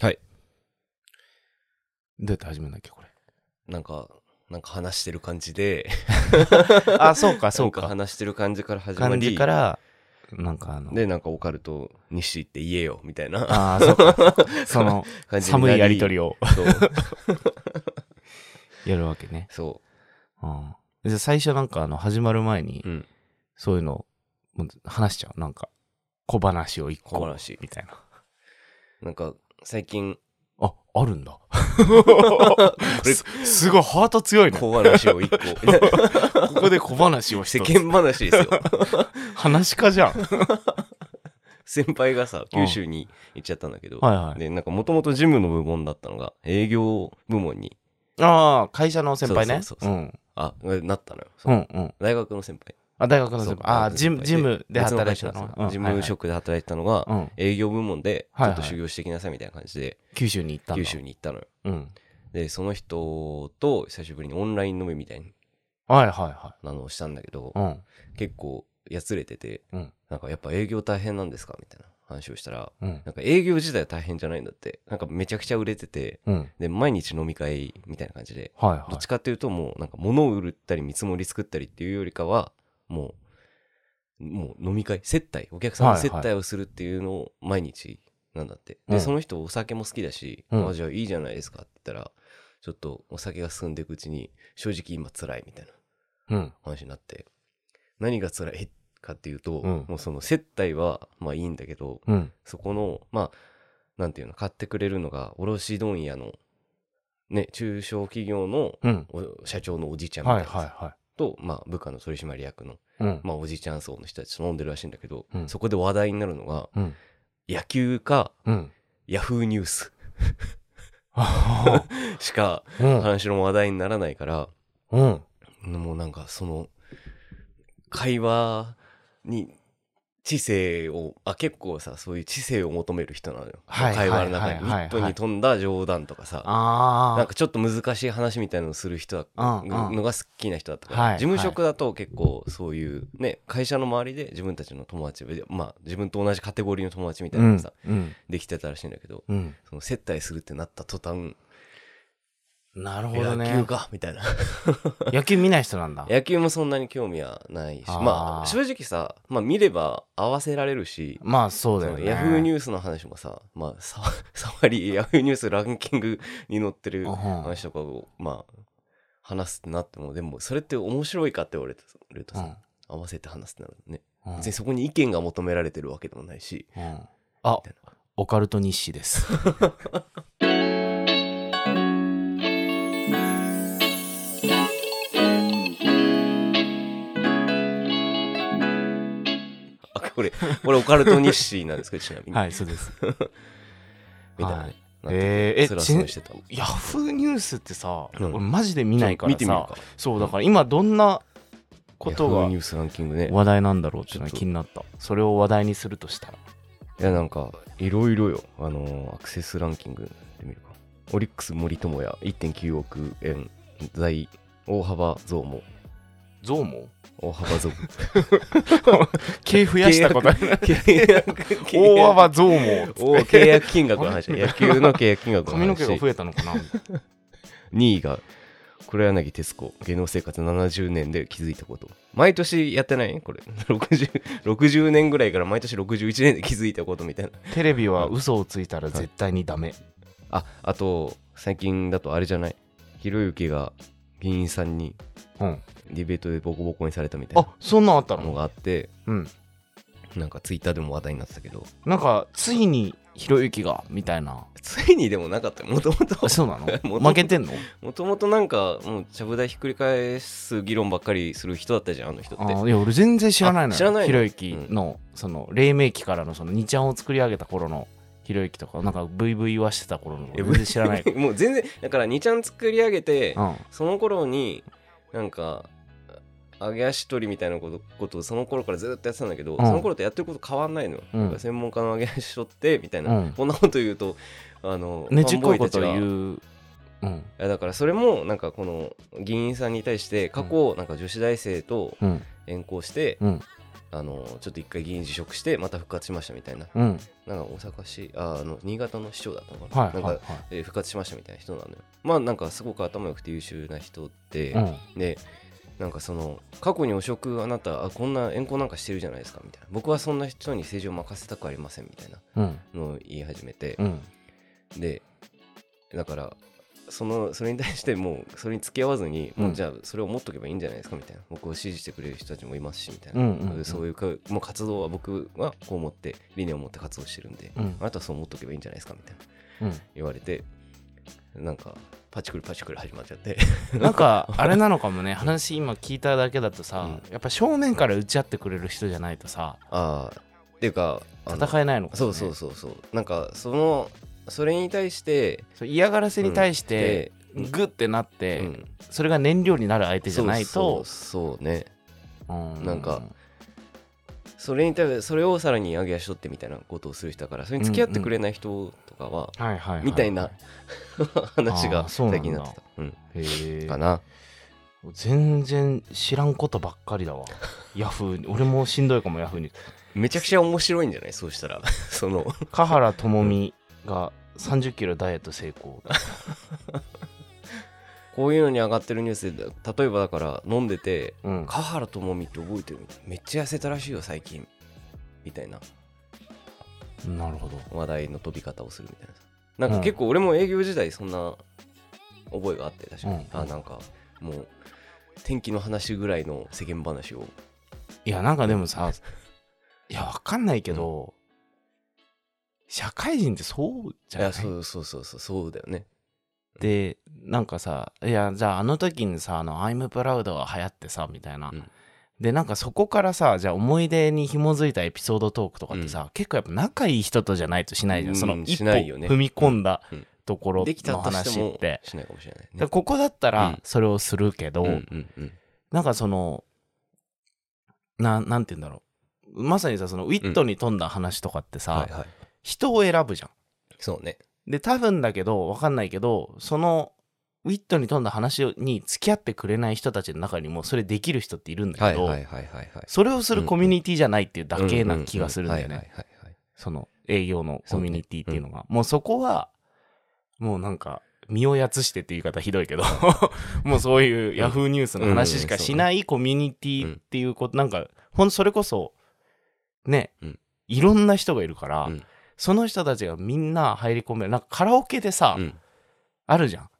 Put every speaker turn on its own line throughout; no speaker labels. はい。どうやって始めなきゃこれ。
なんか、なんか話してる感じで、
あ、そうか、 そう
なん
か。
話してる感じから始ま
感
り、
じから、なんかあの、
で、なんかオカルト、西って言えよ、みたいな
ああ、そうか。 その、
感じにな
寒いやりとりを
そう。
やるわけね。
そ
うん。じゃあ最初なんかあの、始まる前に
う。う、ん。
そういうの、もう話しちゃう。なんか、小話を一個。
小話
みたいな。
なんか、最 近、
あ、あるんだ。
れ
すすごい、ハート強いね。こ
小話を 一個。
こで小話をし
世
て、
間話ですよ。
話し家 じゃん。
先輩がさ、九州に行っちゃったんだけど、
はいはい。
で、なんかもともと事務の部門だったのが、営業部門に、
ああ、会社の先輩ね。
そうそうそうそ
ん。
あ、なったのよ。そううん
うん。
大学の先輩。
あ、大学の先
そう
輩。ああ、ジム、
大学の先輩
ジムで働いてたの。
別会社なんですよ事務
職
職で働いてたのが、
うん。
営業部門で、ちょ
はい
っ
はい
と修行してきなさいみたいな感じで、
九州に行ったんだ。
九州に行ったのよ。
うん。
で、その人と久しぶりにオンライン飲みみたい
はいは
なのをしたんだけど
い、はい。
結構やつれてて、
うん
なんかやっぱ営業大変なんですかみたいな話をしたら、
うん。うん。
なんか営業自体は大変じゃないんだって、なんかめちゃくちゃ売れてて、
うん。
で、毎日飲み会みたいな感じで、
はいはい。
どっちかっていうともうなんか物を売ったり見積もり作ったりっていうよりかは、もう、もう飲み会、接待、お客さんの接
はいは
待をするっていうのを毎日なんだって。
うん
で、その人お酒も好きだし、
うん
あじゃあいいじゃないですかって言ったら、ちょっとお酒が進んでいくうちに、正直今辛いみたいな
うん。
話になって。何が辛いかっていうと、
うん
もうその接待はまあいいんだけど、
うん。
そこの、まあ、なんていうの、買ってくれるのが卸問屋の、ね、中小企業の
うん。
お社長のおじちゃんみた
はいい
なや
は
つと、まあ、部下の取締役の、
いはい。うん。
まあ、おじちゃん層の人たちと飲んでるらしいんだけど、
うん
そこで話題になるのが
うん。
野球か
うん。
ヤフーニュース
あ
しか
ーうん。
話の話題にならないから、
うん。
もうなんかその会話に知性をあ結構さそういう知性を求める人なのよ、
はい
会話の中に
はい
ウ
はいはいはい
ットに飛んだ冗談とかさ、
ああ。
なんかちょっと難しい話みたいなのをする人
うん
だ
うん
のが好きな人だったから、
はい
事務職だと結構そういうね会社の周りで自分たちの友達まあ自分と同じカテゴリーの友達みたいうなの
ん
がさ、。
うん。
できてたらしいんだけど
うん。
その接待するってなった途端
なるほど
野球
ね。
かみたいな
野球見ない人なんだ。
野球もそんなに興味はないし
あー
まあ正直さ、まあ、見れば合わせられるし、
まあそうだ
そ
よ
の
ね。
ヤフーニ
ュー
ュースの話もさ、まあ、さ 触りヤフーニュースランキングに載ってる話とかを、まあ、話すってなっても、でも、それって面白いかって言われてるとさ、合わせて話すってなるのね。
うん。
別にそこに意見が求められてるわけでもないし、
うん。あ、オカルト日誌です。
あ、これ、これオカルト日誌なんですけど、ちなみに。
はい、そうです。
みたいな
は
ね
い。
なってて
えーえ
スラスラしてた。
ヤフーニュースってさ、
うん
俺マジで見ないからさ
見てみるか。
そうだから今どんなこ
ヤフ
と
ー
が
ニュースランキングね。
話題なんだろうっていうのが
ちょっと
気になったそれを話題にするとしたら
いや、なんか、いろいろよ。あのーアクセスランキングで見るか。オリックス森友哉1.9億円財大幅増も
ゾウも
大 幅増
毛増やしたことない
契約契約
大幅ゾウも
おー契約金額の 話野球の契約金額の話
髪の毛が増えたのかな
2位が黒柳徹子芸能生活70年で気づいたこと毎年やってないこれ 60, 60年ぐらいから毎年61年で気づいたことみたいな
テレビは嘘をついたら絶対にダメ
ああと最近だとあれじゃないひろゆきが議員さんに
うん
ディベートでボコボコにされたみたい
あそんなんあった
なの
の
があって
うん
なんかツイッターでも話題になってたけど
なんかついにひろゆきがみたいな
ついにでもなかったよもともと
あそう な
元
の
々
負けてんの
もともとなんかもうちゃぶ台ひっくり返す議論ばっかりする人だったじゃんあの人って
あーいや俺全然知らないのよ
あ知らないの
ひろゆきの、その黎明期からのその2ちゃんを作り上げた頃のひろゆきとかなんかブイブイ言わしてた頃の
え
全然知ら ない
もう全然だから2ちゃん作り上げて
うん
その頃になんか揚げ足取りみたいなことことをその頃からずっとやってたんだけど、
うん
その頃とやってること変わんないの、
うん
なんか専門家の揚げ足取ってみたいな、
うん
こんなこと言うとあの
ねちっこい
ファ
こ
ンボー
と
イたちが
言う、うん
いやだからそれもなんかこの議員さんに対して過去なんか女子大生と
うん
連行して、
うん
あのちょっと一回議員辞職してまた復活しましたみたいな
うん。
なんか大阪市ああの新潟の市長だったのかな,、
はい
な
は
んか、えー復活しましたみたいな人なのよまあなんかすごく頭良くて優秀な人で、
いはい。うん。
でなんかその過去に汚職あなたあこんな怨恨なんかしてるじゃないですかみたいな僕はそんな人に政治を任せたくありませんみたいな
うん。
のを言い始めて
う、ん。
でだからそのそれに対してもうそれに付き合わずに、もううんじゃあそれを持っとけばいいんじゃないですかみたいな僕を支持してくれる人たちもいますしみたいな、
うんうんうん
そういうかもう活動は僕はこう思って理念を持って活動してるんで、
うん
あなたはそう持っとけばいいんじゃないですかみたいな
うん。
言われてなんかパチクルパチクル始まっちゃって
なんか、あれなのかもね、話今聞いただけだとさ、やっぱ正面から打ち合ってくれる人じゃないとさ、
ああっていうかあの
戦えないのかもね
そうそうそうそうなんかそのそれに対して
そう嫌がらせに対して、
うんで
グッてなっ
う
て、
ん
それが燃料になる相手じゃない
そう
と、
そうそうね
う
なんか、それに対してそれをさらに上げ足取ってみたいなことをする人だからそれに付き合ってくれない人とか は、
はいはいは
みたいな話
あ
が
ーそうなんだ
最近になってたうん
へー
かな
全然知らんことばっかりだわヤフー俺もしんどいかもヤフーに
めちゃくちゃ面白いんじゃないそうしたら その
華原朋美が3 0キロダイエット成功
こういうのに上がってるニュースで例えばだから飲んでて
うん
華原朋美って覚えてるみたいなめっちゃ痩せたらしいよ最近みたいな
なるほど
話題の飛び方をするみたいなさなんか
うん
結構俺も営業時代そんな覚えがあって確かに、
うん
あなんかもう天気の話ぐらいの世間話を
いやなんかでも さいやわかんないけど、社会人ってそうじゃ
い
ない
やそうそうそうそうそうだよね
でなんかさいやじゃああの時にさ「あの I'm proud」が流行ってさみたいな、
うん
でなんかそこからさじゃあ思い出に紐づいたエピソードトークとかってさ、結構やっぱ仲いい人とじゃないとしないじゃん、
うん
その一
し
歩
ないよね
踏み込んだ
うんうん
ところ
できた
の
として
話っ
も
て、
しないかもしれない
だから
ね
ここだった
う
ら
ん
それをするけど、
うんうんうん
なんかそのななんて言うんだろうまさにさそのウィットに富んだ話とかってさ、
はいはい
人を選ぶじゃん。
そうね
で多分だけど分かんないけどそのウィットに富んだ話に付き合ってくれない人たちの中にもそれできる人っているんだ
は
け
い
ど、
はいはいはいはい
それをするコミュニティじゃないっていうだけな気がするんだよ
ううう
ね
はいはいはい
その営業のコミュニティっていうのがもうそこはもうなんか身をやつしてっていう言い方ひどい けどもうそういうヤフーニュースの話しかしないコミュニティっていうことなんかほんそれこそね
うん
いろんな人がいるから
うん
その人たちがみんな入り込めるなんかカラオケでさ、
はいうん
あるじゃん。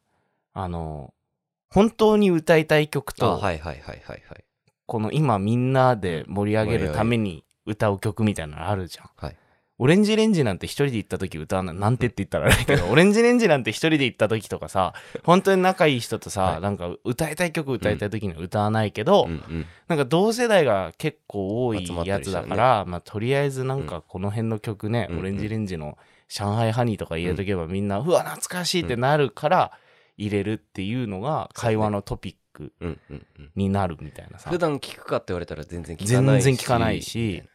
あの、本当に歌いたい曲
あ
と、
はいはいはいはいはい
この今みんなで盛り上げるために歌う曲みたいなのあるじゃん。
はい
オレンジレンジなんて一人で行った時歌わない、なんてって言ったらあれだけど、オレンジレンジなんて一人で行った時とかさ、本当に仲いい人とさ、
はい
なんか歌いたい曲歌いたい時には歌わないけど、
うんうん
なんか同世代が結構多い
集まって
や
る人
つ
だ
だ
ね
から、まあとりあえずなんかこの辺の曲ね、
うん
オレンジレンジの「上海ハニー」とか入れとけばみんな、うわ懐かしいってなるから入れるっていうのが会話のトピック
うんうんうん
になるみたいなさ
普
だ
段聞くかって言われたら全然聞かないし
全然聞かないし
み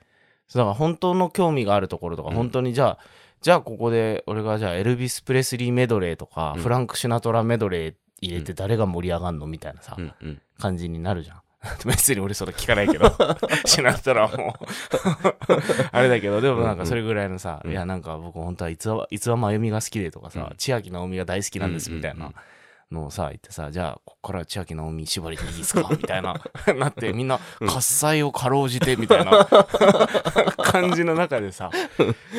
た
から本当の興味があるところとか
うん
本当にじゃあ、じゃあここで俺がじゃあエルビス・プレスリーメドレーとか、
うん
フランク・シュナトラメドレー入れて誰が盛り上がんのみたいなさ、
いなうんうん
感じになるじゃん。 別に俺それ聞かないけ どしなったらもうあれだけどでもなんかそれぐらいのさ「
うん
いやなんか僕本当はいつは「いつは真由美が好きで」とかさ、
うん
千秋直美が大好きなんです」みたい
うんうん
な
う
のをさ言ってさ「じゃあこっから千秋直美縛りでいいです か?」みたいななってみんな「喝采をかろうじて」みたい な感じの中でさ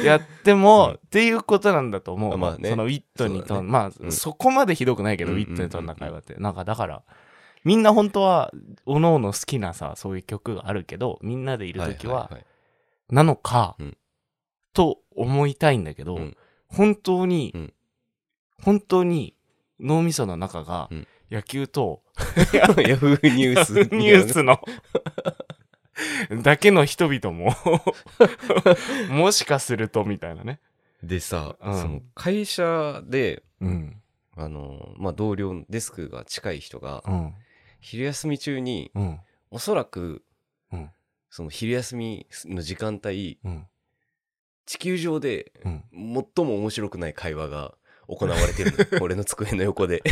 やっても、っていうことなんだと思う、
まあね
そのウィットに
そう
と、
だね
まあ、
うん
そこまでひどくないけど、
うん
ウィットにとんだ会話ってなんかだからみんな本当はおのおの好きなさそういう曲があるけどみんなでいる時はなのか
うん
と思いたいんだけど、
うん
本当に、
うん
本当に脳みその中が
うん
野球と
いヤフーニュ ース
ニュースのだけの人々ももしかするとみたいなね。
でさ、
うん
その会社で
うん
あの、まあ、同僚のデスクが近い人が
うん
昼休み中に
うん
おそらく、
うん
その昼休みの時間帯
うん
地球上で
うん
最も 面白くない会話が行われてるの俺の机の横で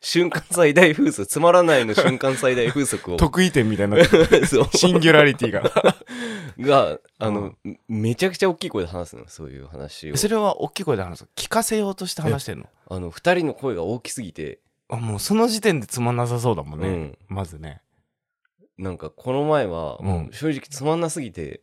瞬間最大風速、つまらないの瞬間最大風速を。
得意点みたいな
そう
シンギュラリティが
が、あの、めちゃくちゃ大きい声で話すのよそういう話を。
それは大きい声で話す聞かせようとして話してるの
あの、二人の声が大きすぎて、
あもうその時点でつまんなさそうだもんね、まずね
なんかこの前は、
うん
もう正直つまんなすぎて、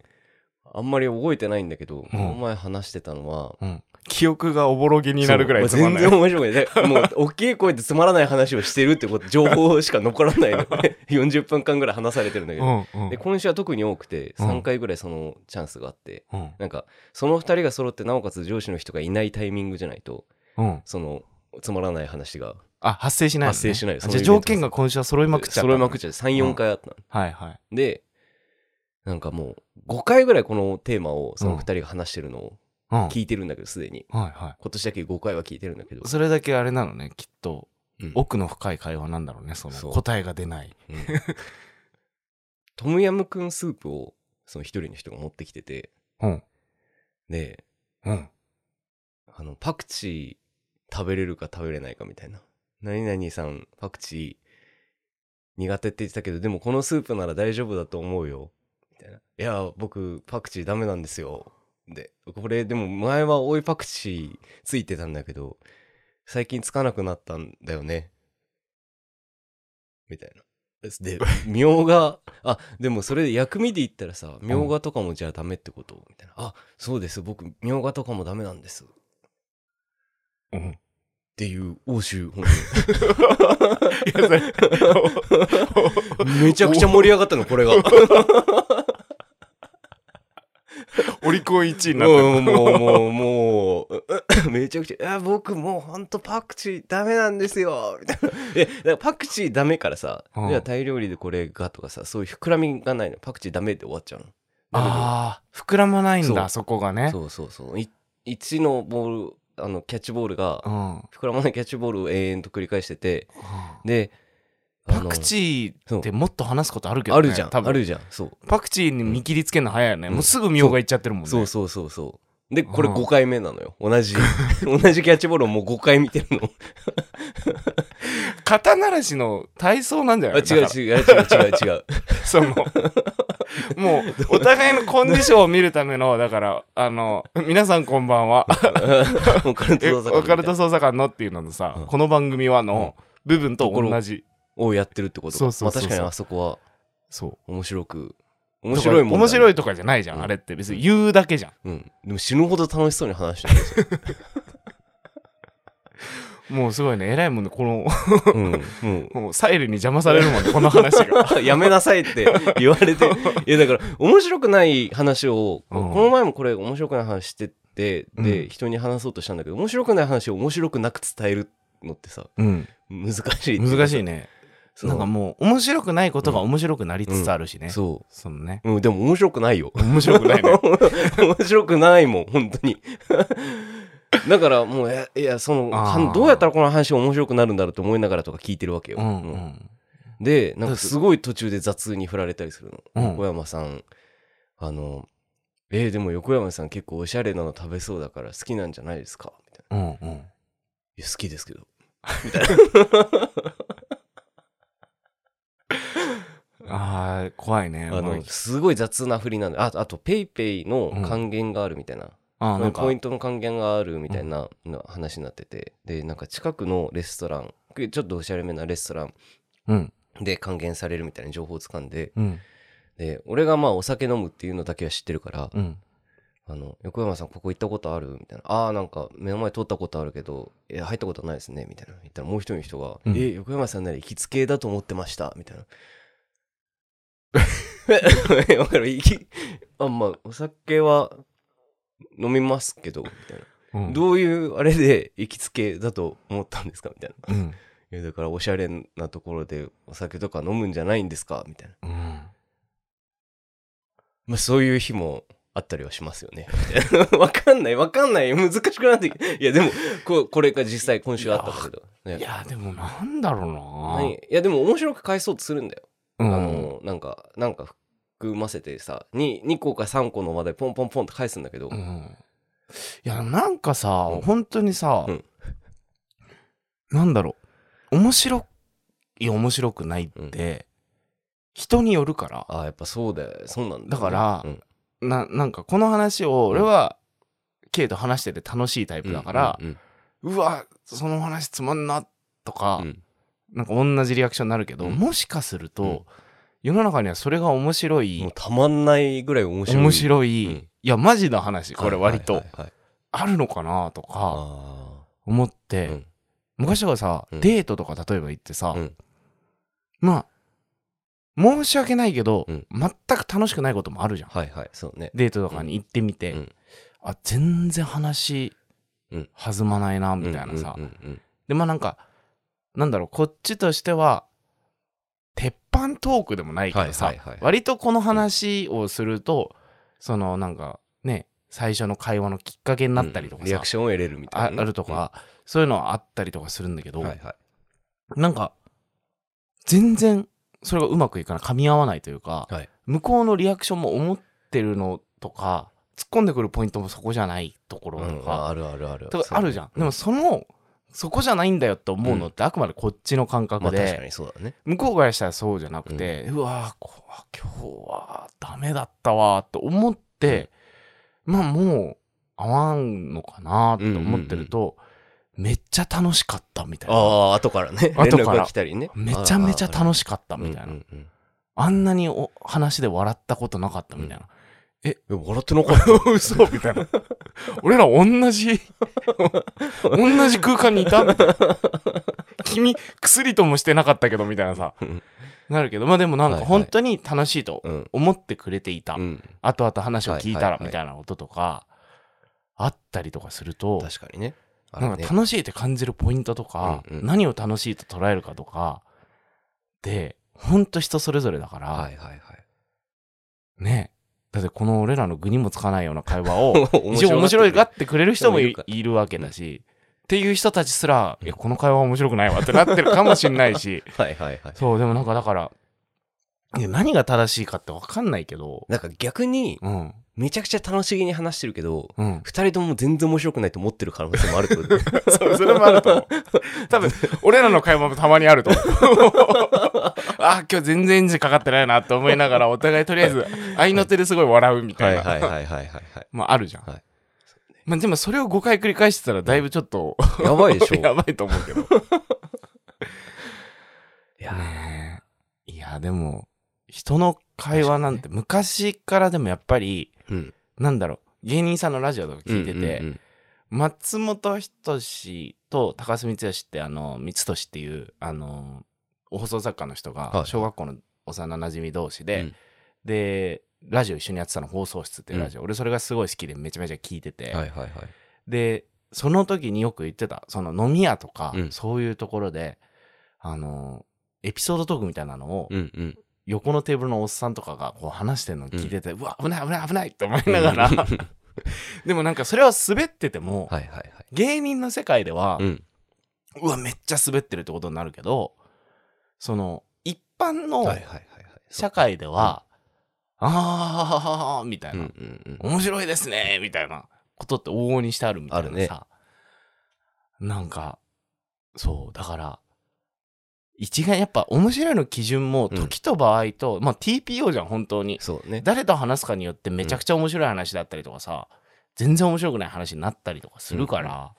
あんまり覚えてないんだけど、この前話してたのは、
うん記憶がおぼろげになるぐらいつまんない
そうもう全然面 白くない。でもう、大きい声でつまらない話をしてるってこと、情報しか残らな いので、40分間ぐらい話されてるんだけ
う
ど。
んうん
で、今週は特に多くて、
うん
3回ぐらいそのチャンスがあって、
うん
なんか、その2人が揃って、なおかつ上司の人がいないタイミングじゃないと、
うん
その、つまらない話が
あ発生しないのね
発生しない
あ
そう
じゃ
いう
あ条件が今週は揃いまくっちゃった
揃いまくっ
ゃ
ちゃって、3、4回あったの。
はいはい
で、なんかもう、5回ぐらいこのテーマを、その2人が話してるのを
うんはい
聞いてるんだけど、すでに。
は
今年だけ5回は聞いてるんだけど
い。それだけあれなのねきっと
うん
奥の深い会話なんだろうねその
そう
答えが出ない
うんトムヤムクンスープをその一人の人が持ってきてて
うん
で
うん
あのパクチー食べれるか食べれないかみたいな何々さんパクチー苦手って言ってたけどでもこのスープなら大丈夫だと思うよみたいないや僕パクチーダメなんですよでこれでも前は追いパクチーついてたんだけど最近つかなくなったんだよねみたいなでみょうがあでもそれで薬味で言ったらさみょうがとかもじゃあダメってことみたいなあそうです僕みょうがとかもダメなんです
うん
っていう欧州本
いやそれ
当にめちゃくちゃ盛り上がったのこれ が
おオリコン1位になってる
もうもうもうもううめちゃくちゃあ僕もうほんとパクチーダメなんですよみたいなえだからパクチーダメからさ、
うん
じゃあタイ料理でこれがとかさそういう膨らみがないのパクチーダメで終わっちゃうの
ああ膨らまないん
そう
だそこがね
そうそうそうい1のボールあのキャッチボールが
うんうん
膨らまないキャッチボールを永遠と繰り返しててであ
パ
の
クチーってもっと話すことあるけどね
あるじゃん
多分
あるじゃんそう
パクチーに見切りつけるの早いよね
うん
もうすぐみょうがいっちゃってるもんね
そうそうそうそう。で、これ
うん
5回目なのよ。同 じ、同じキャッチボールをもう5回見てるの。
肩慣らしの体操なんじゃ
あ、
ない
違う
だか
違う違う違う違 う。
らそのもうお互いのコンディションを見るためのだからあの皆さんこんばんは
オカル
え
ト
オカルト
さ
捜査官のっていうののさ、
うん
この番組はの部分と同じ
をやってるってこと
そうそうそうそう
まあ確かにあそこは
そう
面白く。面白いもん、
面白
い。
いとかじゃないじゃん、
うん
あれって別に言うだけじゃん
うん。でも死ぬほど楽しそうに話してる んですよ。
もうすごいね偉いもんねこの
うん。 も
もうサイレンに邪魔されるもんねこの話が
う。やめなさいって言わ れて。いや、だから、面白くない話を、
うん
この前もこれ面白くない話してて、
うん
で、人に話そうとしたんだけど、面白くない話を面白くなく伝えるのってさ、
うん
難しい。
難し
い
いね
そう。
なんかもう面白くないことが面白くなりつつあるしね、
そう。
そのね
うん、でも面白くないよ。
面白くない ね
面白くないもん、本当に。 だからもう、いや、いやその、
あー
はんどうやったらこの話面白くなるんだろうと思いながらとか聞いてるわけよ。
うんう
うん
ん
で、なんかすごい途中で雑に振られたりするの。
うん
横山さん、あの、えーでも横山さん結構おしゃれなの食べそうだから好きなんじゃないですかみたいな。
うんうん
いや、好きですけど。
ああ怖いね
あ
ま
の、すごい雑な振りなの。ああと、ペイペイの還元があるみたいな。
ああーなんか
ポイントの還元があるみたいなな話になってて、でなんか近くのレストランちょっとおしゃれめなレストラン
うん
で還元されるみたいな情報をつかんで
うん
で俺がまあお酒飲むっていうのだけは知ってるから「
うん
あの横山さんここ行ったことある?」みたいな「ああんか目の前通ったことあるけどいや入ったことないですね」みたいな言ったらもう一人の人が「
うん
え横山さんなら行きつけだと思ってました」みたい な。 わかる行きあまあお酒は飲みますけどみたいな。
うん
どういうあれで行きつけだと思ったんですかみたいな。
うん
いやだからおしゃれなところでお酒とか飲むんじゃないんですかみたいな。
うん
まあそういう日もあったりはしますよね。 みたいなわかんないわかんない難しくなってきいやでもここれが実際今週あったんだけど。ね
いやでもなんだろう
何
ない
やでも面白く返そうとするんだよ。
う
あ
ん
のなんかなんか含ませてさ 2, 2個か3個の話題ポンポンポンって返すんだけど。
うんいやなんかさ
うん
本当にさ
うん
なんだろう面白い面白くないって、人によるから、
ああ、やっぱそうだよ。そうなんだね。
だから
うん
ななんかこの話を俺は、ケイと話してて楽しいタイプだから、
うんうん
うわその話つまんなとか、
うん
なんか同じリアクションになるけど、
うん
もしかすると、
うん
世の中にはそれが面白い
もうたまんないぐらい面白い。
面白い、
うん
いやマジな話これ割
は
と
いはいはいはい
あるのかなとか
あ
思っ
あ。
て、
うん
昔はさ、
うん
デートとか例えば行ってさ、
うん
まあ申し訳ないけど、
うん
全く楽しくないこともあるじゃん
はいはい、そうね。
デートとかに行ってみて、
うん
あ全然話
うん
弾まないなみたいなさ、
うんうんうん
でまあなんかなんだろうこっちとしては鉄板トークでもないけどさ、
はいはいはい
割とこの話をすると、そのなんかね最初の会話のきっかけになったりとか
リ
さ、
アクションを得れるみたい
あ
なね。
あるとか、そういうのはあったりとかするんだけ
う
ど、
ん。はいはい。
なんか全然それがうまくいかない噛み合わないというか、
はい
向こうのリアクションも思ってるのとか突っ込んでくるポイントもそこじゃないところ
う
と
ん
か,、
あるあるある。
とかあるじゃん、
そう
で
ね
もそのそこじゃないんだよって思うのってあくまでこっちの感
ま
覚
あ確か
で、
にそうだね。
向こうからしたらそうじゃなくて、うわーこわ今日はダメだったわーって思って、まあもう合わんのかなーって思ってると、めっちゃ楽しかったみたいな。
ああ、後からね。連
後から
絡が来たりね。
めちゃめちゃ
し
楽しかったみたいな。あんなにお話で笑ったことなかったみたいな。
笑ってなかった。
嘘みたいな。俺ら同 じ、同じ空間にいたみたいな君、薬ともしてなかったけどみたいなさ
うん。
なるけど、まあでもなんか
はいはい
本当に楽しいと
うん。
思ってくれていた。
うん。
後々話を聞いた
はいはい
ら
はい
みたいなこととか、あったりとかすると、
確かにね。あ
なん
る
か
ね
楽しいって感じるポイントとか、
うんうん
何を楽しいと捉えるかとか、で、ほんと人それぞれだから、
はいはい
ねだってこの俺らの具にもつかないような会話
はい。
を
面
一応面白いが
が
ってくれる人もい
人もいるから
いるわけだし、っていう人たちすら、いや、この会話面白くないわってなってるかもしれないし、
はいはいはい。
そう、でもなんかだから、いや何が正しいかってわかんないけど、
なんか逆に、
うん、
めちゃくちゃ楽しげに話してるけど、
うん。
二人とも全然面白くないと思ってる可能性もあるって こと だよ
そう、それもあると思う。 多分、俺らの会話もたまにあると思 う。あ、今日全然エンジンかかってないなと思いながら、お互いとりあえず、合いの手ですごい笑うみたいな。
はいはいはいはいはい。
まあ、あるじゃん。
はい
まあ、でもそれを5回繰り返してたら、だいぶちょっと、
やばいでしょ。
やばいと思 うけど。
いや
ねえいや、でも、人の会話なんて、昔からでもやっぱり、
うん。
なんだろう、芸人さんのラジオとか聞いてて、
うんうん
松本人志と高須光義ってあの光俊っていうあの放送作家の人
は
が
い
小学校の幼なじみ同士で、
うん
でラジオ一緒にやってたの放送室っていうラジオ、俺それがすごい好きでめちゃめちゃ聞いてて、
うんはいはいはい。
でその時によく言ってたその飲み屋とか、
うん
そういうところであのエピソードトークみたいなのを
うんうん。
横のテーブルのおっさんとかがこう話してるのを聞いてて、うわ危ない危ない危ないって思いなが らでもなんかそれは滑ってても、
はいはいはい。
芸人の世界では、
うん。
うわめっちゃ滑ってるってことになるけどその一般
はいは
の
いはいはい。
社会では、ああみたい
うん
な、
うんうん。
面白いですねみたいなことって往々にしてあるみたいなさ、なんかそうだから一概にやっぱ面白いの基準も
うん
時と場合と、まあ TPO じゃん本当に
そうね。
誰と話すかによってめちゃくちゃ面白い話だったりとかさ、全然面白くない話になったりとかするから、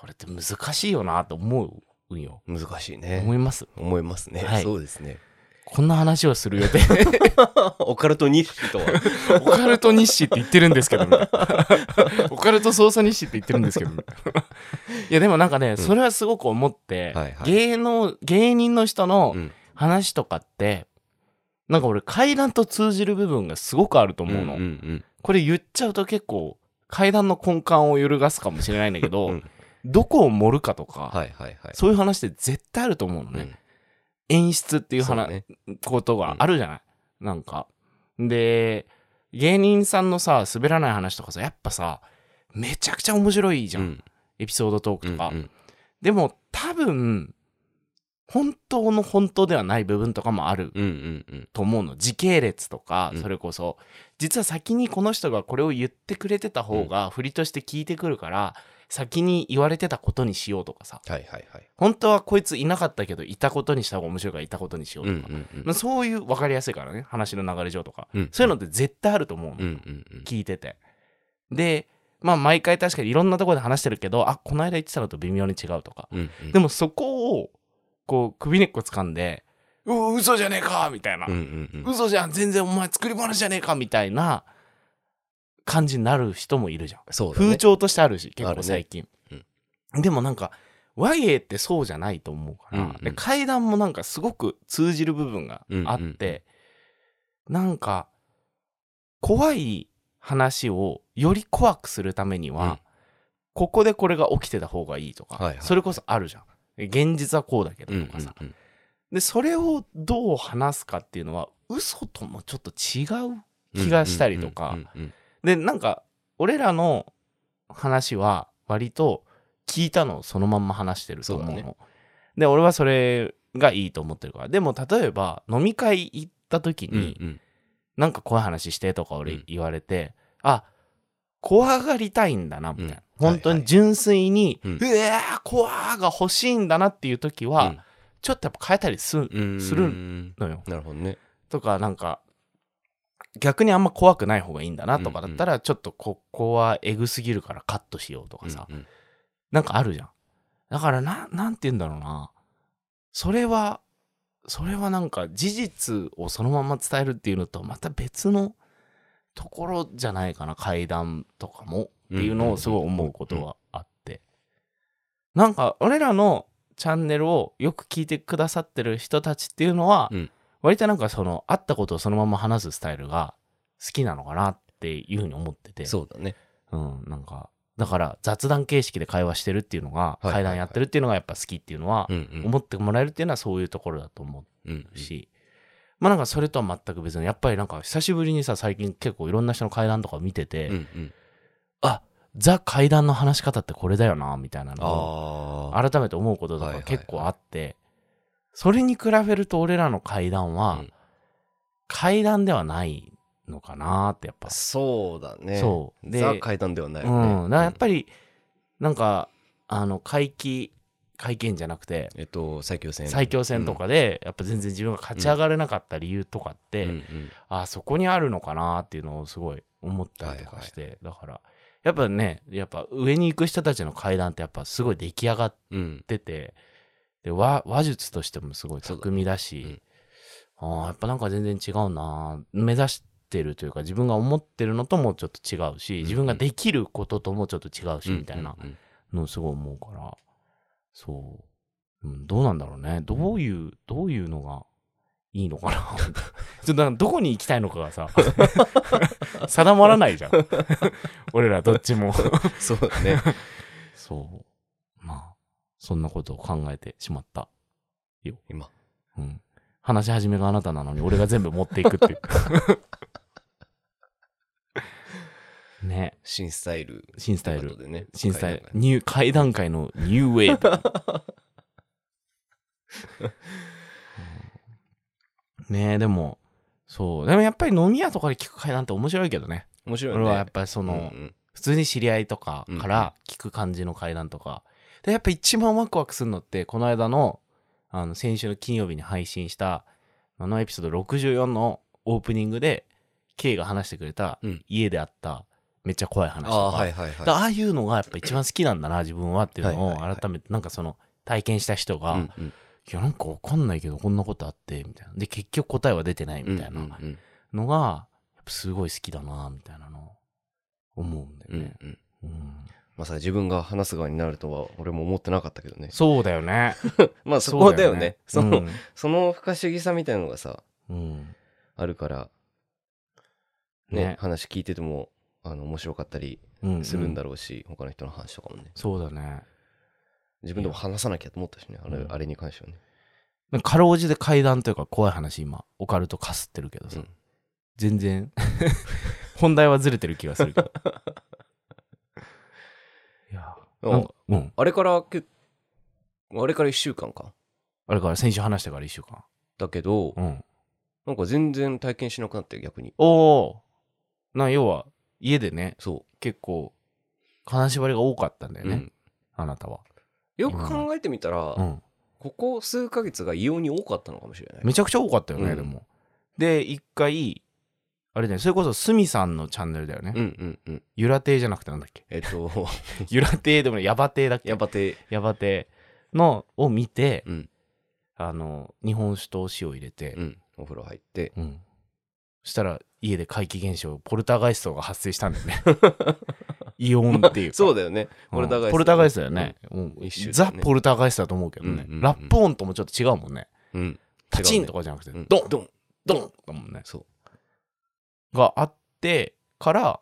それって難しいよなと思うんよ。
難しいね
思。います
思いますね
は。い
そうです ね。
こんな話をする予定
オカルト日誌とは。
オカルト日誌って言ってるんですけどみたいな オカルト捜査日誌って言ってるんですけどみたいな いやでもなんかね、それはすごく思って、
はいはい
芸能芸人の人の
うん
話とかって、なんか俺階段と通じる部分がすごくあると思うの。
うんうん
これ言っちゃうと結構階段の根幹を揺るがすかもしれないんだけど、
うん
どこを盛るかとか、
はいはいはい。
そういう話って絶対あると思うの
うん
ね、演出っていう話
そうね
ことがあるじゃない、なんかで芸人さんのさ滑らない話とかさやっぱさめちゃくちゃ面白いじゃん、
うん
エピソードトークとか、
うんうん
でも多分本当の本当ではない部分とかもある
うんうんうん。
と思うの時系列とか
うん
それこそ、実は先にこの人がこれを言ってくれてた方が振りとして聞いてくるから、先に言われてたことにしようとかさ
はいはいはい。
本当はこいついなかったけどいたことにした方が面白いからいたことにしよう
うんう
と
ん
か、
うん
まあ、そういう分かりやすいからね話の流れ上とか、
うん
そういうのって絶対あると思うの、
うんうんうん
聞いててでまあ毎回確かにいろんなところで話してるけどあこの間言ってたのと微妙に違うとか、
うんうん
でもそこをこう首根っこ掴んで「うう嘘じゃねえか!」みたいな「
うんうんうん
嘘じゃん全然お前作り話じゃねえか!」みたいな感じになる人もいるじゃん、
そうだね
風潮としてあるし結
ある
構
ね
最近、でもなんか YA ってそうじゃないと思うから、
うんうん
で階段もなんかすごく通じる部分があって、なんか怖い話をより怖くするためには、
うん
ここでこれが起きてた方がいいとか、
はいはいはい
それこそあるじゃん現実はこうだけ
うんう
ど
ん
とかさ、でそれをどう話すかっていうのは嘘ともちょっと違う
うん
気がしたりとか、
うんうん
でなんか俺らの話は割と聞いたのをそのまんま話してると思うの
そうだ
で俺はそれがいいと思ってるからでも例えば飲み会行った時
うんう
に、
ん
なんか怖い話してとか俺
うん
言われて、あ怖がりたいんだなみたいな、
うん
本当に純粋に、
はいはいう
わー怖ーが欲しいんだなっていう時は、
うん
ちょっとやっぱ変えたりする
うん
する
うん
のよ
なるほどね
とかなんか逆にあんま怖くない方がいいんだなとかだったら、ちょっとここはエグすぎるからカットしようとかさ、
うんうん
なんかあるじゃんだからななんて言うんだろうなそれはそれはなんか事実をそのまま伝えるっていうのとまた別のところじゃないかな階段とかもっていうのをすごい思うことはあってなんか俺らのチャンネルをよく聞いてくださってる人たちっていうのは、
うん
割となんかその会ったことをそのまま話すスタイルが好きなのかなっていうふうに思ってて
そうだね
うん、なんかだから雑談形式で会話してるっていうのが、
はいはいはい
会談やってるっていうのがやっぱ好きっていうのは、
うんうん
思ってもらえるっていうのはそういうところだと思
うん
うし、まあなんかそれとは全く別にやっぱりなんか久しぶりにさ最近結構いろんな人の会談とか見てて、
うんうん
あザ会談の話し方ってこれだよなみたいなのを
ああ
改めて思うことと
はいは
か
いはい
結構あって、それに比べると俺らの会談は、
うん
会談ではないのかなってやっぱ
そうだね
そうで
ザ階段ではない
うん、だからやっ
り
ぱりなんかあの回帰会見じゃなくて
えっと最強戦
最強戦とかで、やっぱ全然自分が勝ち上がれなかった理由とかって、
うんうん
あそこにあるのかなっていうのをすごい思ったりとかして、だからやっぱねやっぱ上に行く人たちの階段ってやっぱすごい出来上がっ
うん
ててで和話術としてもすごい巧みだしあーやっぱなんか全然違うな目指してるというか自分が思ってるのともちょっと違うし
ん
自分ができることともちょっと違うし
うん
みたいな
うんうん
のをすごい思うからそう、うん、どうなんだろうねどういうどういうのがいいのかな ちょっとなんかどこに行きたいのかがさ 定まらない じゃん俺らどっちも
そうだね
そうまあそんなことを考えてしまった、
今
うん、話し始めがあなたなのに俺が全部持っていくっていう ね
新スタイル
新スタイ
という
ル
ことでね
新スタイル
階段がね
ニュー階段階のニューウェイブ うんねえでもそうでもやっぱり飲み屋とかで聞く階段って面白いけどね
面白いよ
俺
ね
はやっぱりその、
うんうん
普通に知り合いとか
うん
から聞く感じの階段とか、でやっぱ一番ワクワクするのってこの間のあの先週の金曜日に配信したあのエピソード64のオープニングで K が話してくれた
うん
家であっためっちゃ怖い話とか,、
ああーはいはいはい
ああいうのがやっぱ一番好きなんだな自分はっていうの
はいはいは
を
い
改めてなんかその体験した人が、
うんうん
いやなんかわかんないけどこんなことあってみたいなで結局答えは出てないみたいな、
うんうん
のがやっぱすごい好きだなみたいなのを思うんだ
う
よ
ん
ね。
うん
うん
まさか自分が話す側になるとは俺も思ってなかったけどね
そうだよね。
まあ そこだよね
そ
そう
だ
の、
よね
その不可思議さみたいなのがさ
うんうん
あるからね
ね
話聞いててもあの面白かったり
うん
するんだ
ろ
ろうし、他の人の話とかもね
そうだね。
自分でも話さなきゃと思ったしねあれ,、
うん
あれに関してはね、
なんかかろうじて階段というか怖い話今オカルトかすってるけどさ、
うん
全然 本題はずれてる気がするけ ど。いや
あ
なんかうん、
あれからけあれから1週間か
あれから先週話してから一週間。
だけど、
うん、
なんか全然体験しなくなって逆に
おお。な要は家でね
そ
結構金縛りが多かったんだよね、
うん
あなたは。
よく考えてみたら、
うん。
ここ数ヶ月が異様に多かったのかもしれない。
めちゃくちゃ多かったよね、
うん
でも。で、一回、あれだよね、それこそスミさんのチャンネルだよね。
うんうんうん。
ゆら亭じゃなくてなんだっ け
えっ と、
ゆら亭でもないヤバ亭だっけ
やばて、
ヤバ亭のを見て、
うん
あの、日本酒とお塩入れて、
うん、お風呂入って、
うんそしたら家で怪奇現象、ポルターガイストが発生したんだ よね。イオンっていうか。
そうだよね。ポルターガイスト
うんポルターガイストだよね。うん
一種だ
ザ・
ね
ポルターガイストだと思うけどね。
うんうんうん
ラップ音ともちょっと違うもんね。
うん。
パチンと
か、
かじゃなくて、
うん
ドン
ドン
ドンだもんね。
そ
があってから、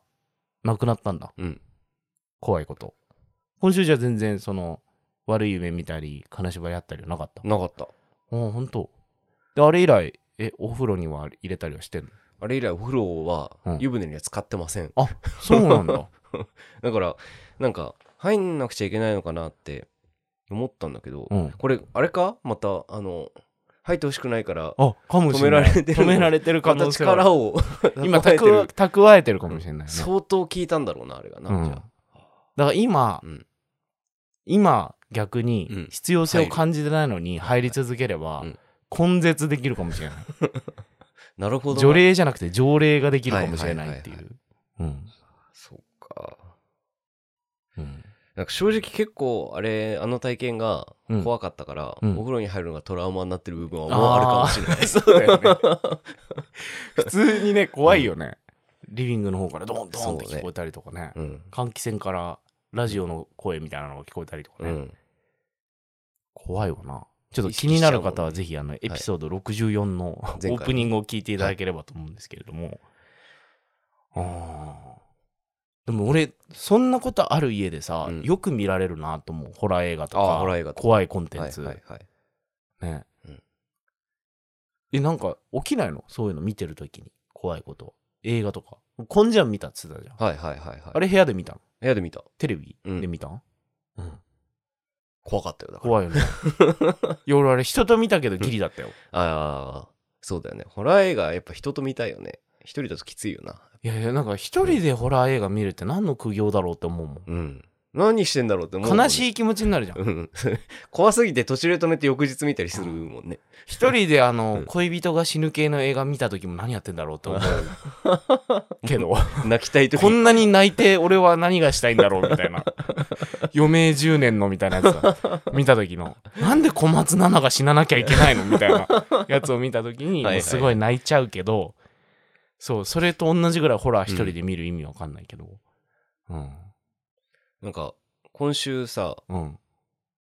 なくなったんだ。
う。うん。
怖いこと。今週じゃ全然その、悪い夢見たり、金縛りあったりはなかった。
なかった。
うん、ほんと。で、あれ以来、え、お風呂には入れたりはしてんの
あれ以来お風呂は
うん
湯船には使ってません。
あ、そうなん だ。
だから、なんか、入んなくちゃいけないのかなって思ったんだけど、
うん。
これ、あれかまた、あの、入ってほしくないから、
あ、かもしれない。
止められてる
止められてる可
また
能 性はある
力を
今
蓄えて
蓄
る
え、蓄えてるかもしれないね。
相当効いたんだろうな、あれがな。
うん
じゃあ
だから今、
うん
今逆
う
に
ん
必要性を感じてないのに入り続ければ
うん
根絶できるかもしれない、
なるほどな。
除霊じゃなくて条例ができるかもしれないってい
はいは
ううん
そうか。
うん
なんか正直結構あれあの体験が怖かったから、
うんうん
お風呂に入るのがトラウマになってる部分はもうあるかもしれない
そうだよね普通にね怖いよね、リビングの方からドンドンって
そうね
聞こえたりとかね
うん
換気扇からラジオの声みたいなのが聞こえたりとか
う
ね、
ん
怖いわなちょっと気になる方はぜひあのエピソード64のオ
前回の
ープニングを聞いていただければと思うんですけれども、あーでも俺そんなことある家でさ、
うん
よく見られるなと思うホラー映画と
あ
か
ーホラー映画とか
怖いコンテ
は
ン
い
ツ、
はいはい
ね、
うん
えなんか起きないのそういうの見てるときに怖いことは映画とか「こんじゃん」見たっつってたじゃん、
はいはいはいはい
あれ部屋で見たの
部屋で見た
テレビで見た、うん
怖かったよだから
怖いよ ねいや俺あれ人と見たけどギリだったよ
ああそうだよねホラー映画やっぱ人と見たいよね一人だときついよない
やいや、なんか一人でホラー映画見るって何の苦行だろうって思うもん。
うん何してんだろうって思うもんね、
悲しい気持ちになるじゃん。
うん 怖すぎて途中で止めて翌日見たりする もんね
一人であ
う
の
ん、
恋人が死ぬ系の映画見た時も何やってんだろう って思う。けど、
泣きたい時
こんなに泣いて俺は何がしたいんだろうみたい な。余命10年のみたいなやつだ見た時の、なんで小松菜奈が死ななきゃいけないのみたい なやつを見た時に
はいはいは、い
すごい泣いちゃうけど、そう、それと同じぐらいホラー一人で見る意味わかんないけど。うん。
なんか今週さ
うん。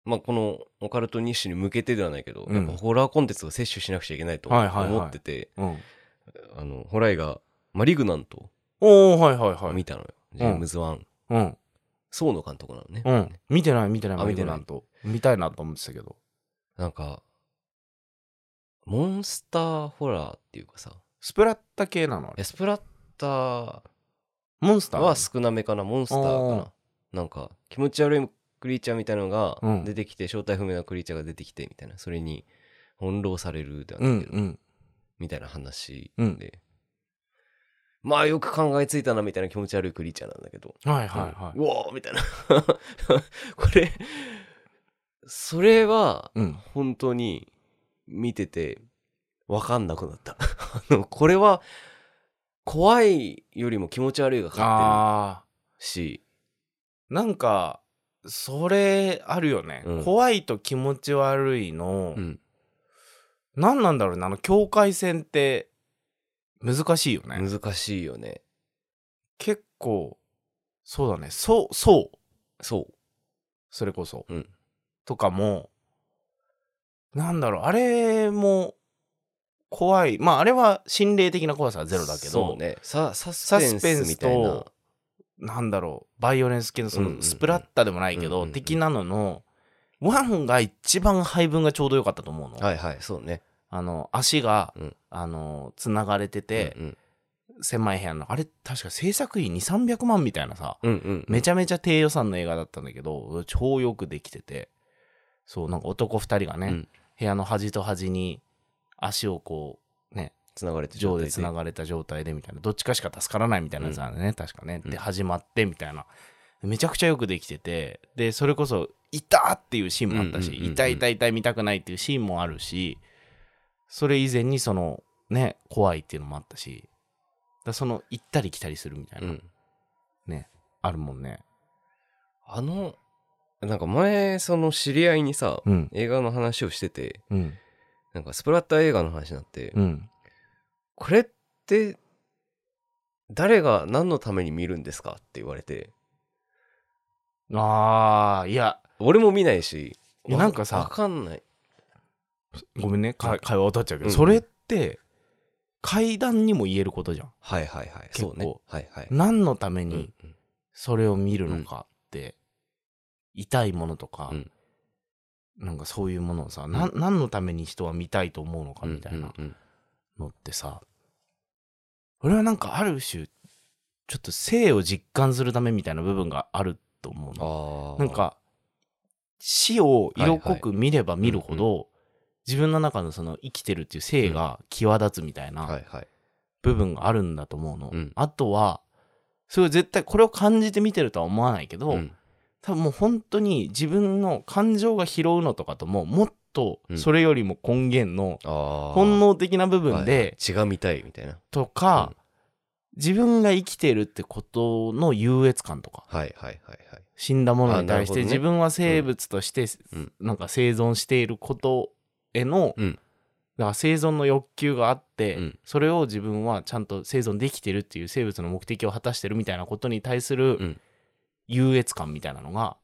まあ、このオカルト日誌に向けてではないけど、
うん
やっぱホラーコンテンツを摂取しなくちゃいけないと
はいはいはい
思ってて、
うん。
あのホラー映画「マリグナント
おー、はいはい」はい
見。たのよ、ジェームズ・ワン
うん。
ソーの監督なのね、
うん。見てない、見てない、
あ
見
見
て
て
な
ない
いと。見たいなと思ってたけど。
なんかモンスターホラーっていうかさ
スプラッタ系なのあれ
エスプラッタ
モンスタ
ー
ー
は少なめかなモンスターか
あ
ななんか気持ち悪いクリーチャーみたいなのが
うん
出てきて、正体不明なクリーチャーが出てきてみたいなそれに翻弄されるでは
う
なんいけど、
うん。
みたいな話
うん
で、まあよく考えついたなみたいな気持ち悪いクリーチャーなんだけど、
はいはいは。
うわーみたいな これそれはい
うん。
本当に見てて分かんなくなった あのこれは怖いよりも気持ち悪いが勝って
あ
るし
ーなんか、それあるよね、
うん
怖いと気持ち悪いの、
うん
何なんだろうね。あの、境界線って難しいよね。
難しいよね
結構、そうだね。そう、そう。
そ
それこそ。
うん
とかも、なんだろう、あれも怖い。まあ、あれは心霊的な怖さは
う
ゼロだけ
そ
ど、
うねさサスペンスみたいな
サなんだろう、バイオレンス系のそ
うんうんう
の
ん
スプラッタでもないけ
うんう
ど、
んうん
的なのの、ワンが一番配分がちょうど良かったと思うの。
はいはいそうね
あの、足が
うん、
あの、繋がれてて
う、ん
狭い部屋の、あれ、確か制作費2、300万みたいなさ、
うんうんうん
めちゃめちゃ低予算の映画だったんだけど超よくできててそうなんか男2人がね、
うん
部屋の端と端に足をこうね
繋がれて
上でつな
が
がれた状態でみたいなどっちかしか助からないみたいなやつなんだね、確かね、
うん
で始まってみたいなめちゃくちゃよくできててでそれこそ「痛っ!」っていうシーンもあったし「
うんうんうんうん
痛い痛い痛い見たくない」っていうシーンもあるしそれ以前にそのね怖いっていうのもあったしだその行ったり来たりするみたいな、
うん
ねあるもんね
あのなんか前その知り合いにさ、
うん
映画の話をしてて
うん
なんかスプラッター映画の話になって、
うん
これって誰が何のために見るんですかって言われて
あーいや
俺も見ないし
いやなんかさ
わかんない
ごめんねか会話渡っちゃうけど、
うん
それって階段にも言えることじゃん
はいはいはい
結構
そうねはいはい
何のため
う
に
んうん
それを見るのかって、痛いものとか、
うん
なんかそういうものをさ、な何のために人は見たいと思うのかみたいな
うんうん
のってさ、俺はなんかある種ちょっと生を実感するためみたいな部分があると思うの
あー
なんか死を色濃く見れば見るほど、自分の中のその生きてるっていう生が際立つみたいな
はいはい
部分があるんだと思うの、
うん
あとはそれを絶対これを感じて見てるとは思わないけど、
うん
多分もう本当に自分の感情が拾うのとかとももっと
うん
それよりも根源の
あー
本能的な部分
はいはい
で
血が見たいみたいな
とか
うん
自分が生きてるってことの優越感とか
はいはいはいはい
死んだものに対して
あなるほどね
自分は生物として
うん
なんか生存していることへの
うん
だから生存の欲求があって、
うん
それを自分はちゃんと生存できてるっていう生物の目的を果たしてるみたいなことに対す
う
る
ん
優越感みたいなのが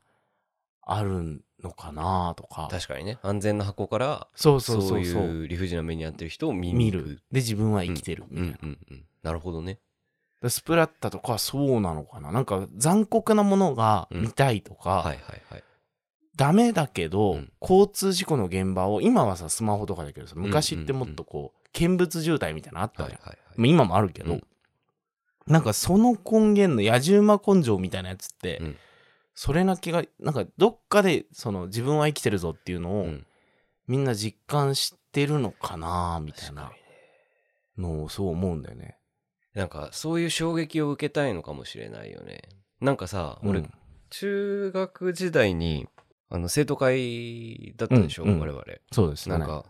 あるのかなとか
確かにね安全な箱から
そうそ
そうう
そうそう
いう理不尽な目に遭ってる人を見
見
に行く
るで自分は生きてるみ
う
たいな、
んうんうんなるほどね
でスプラッタとかはそうなのかななんか残酷なものが見たいとか、
はいはいはい
ダメだけど、
うん
交通事故の現場を今はさスマホとかだけどさ
んうん
昔ってもっとこう見物渋滞みたいなのあったじゃん
はいはい
まあ今もあるけど、
うん
なんかその根源の野じ馬根性みたいなやつって、
うん
それな気がなんかどっかでその自分は生きてるぞっていうのを、
はいうん
みんな実感してるのかなみたい
確か
な
にね
のをそう思うんだよね。
なんかそういう衝撃を受けたいのかもしれないよねなんかさ俺、
うん
中学時代にあの生徒会だったでしょ、
うんうん
我々
そうですね。
なんか、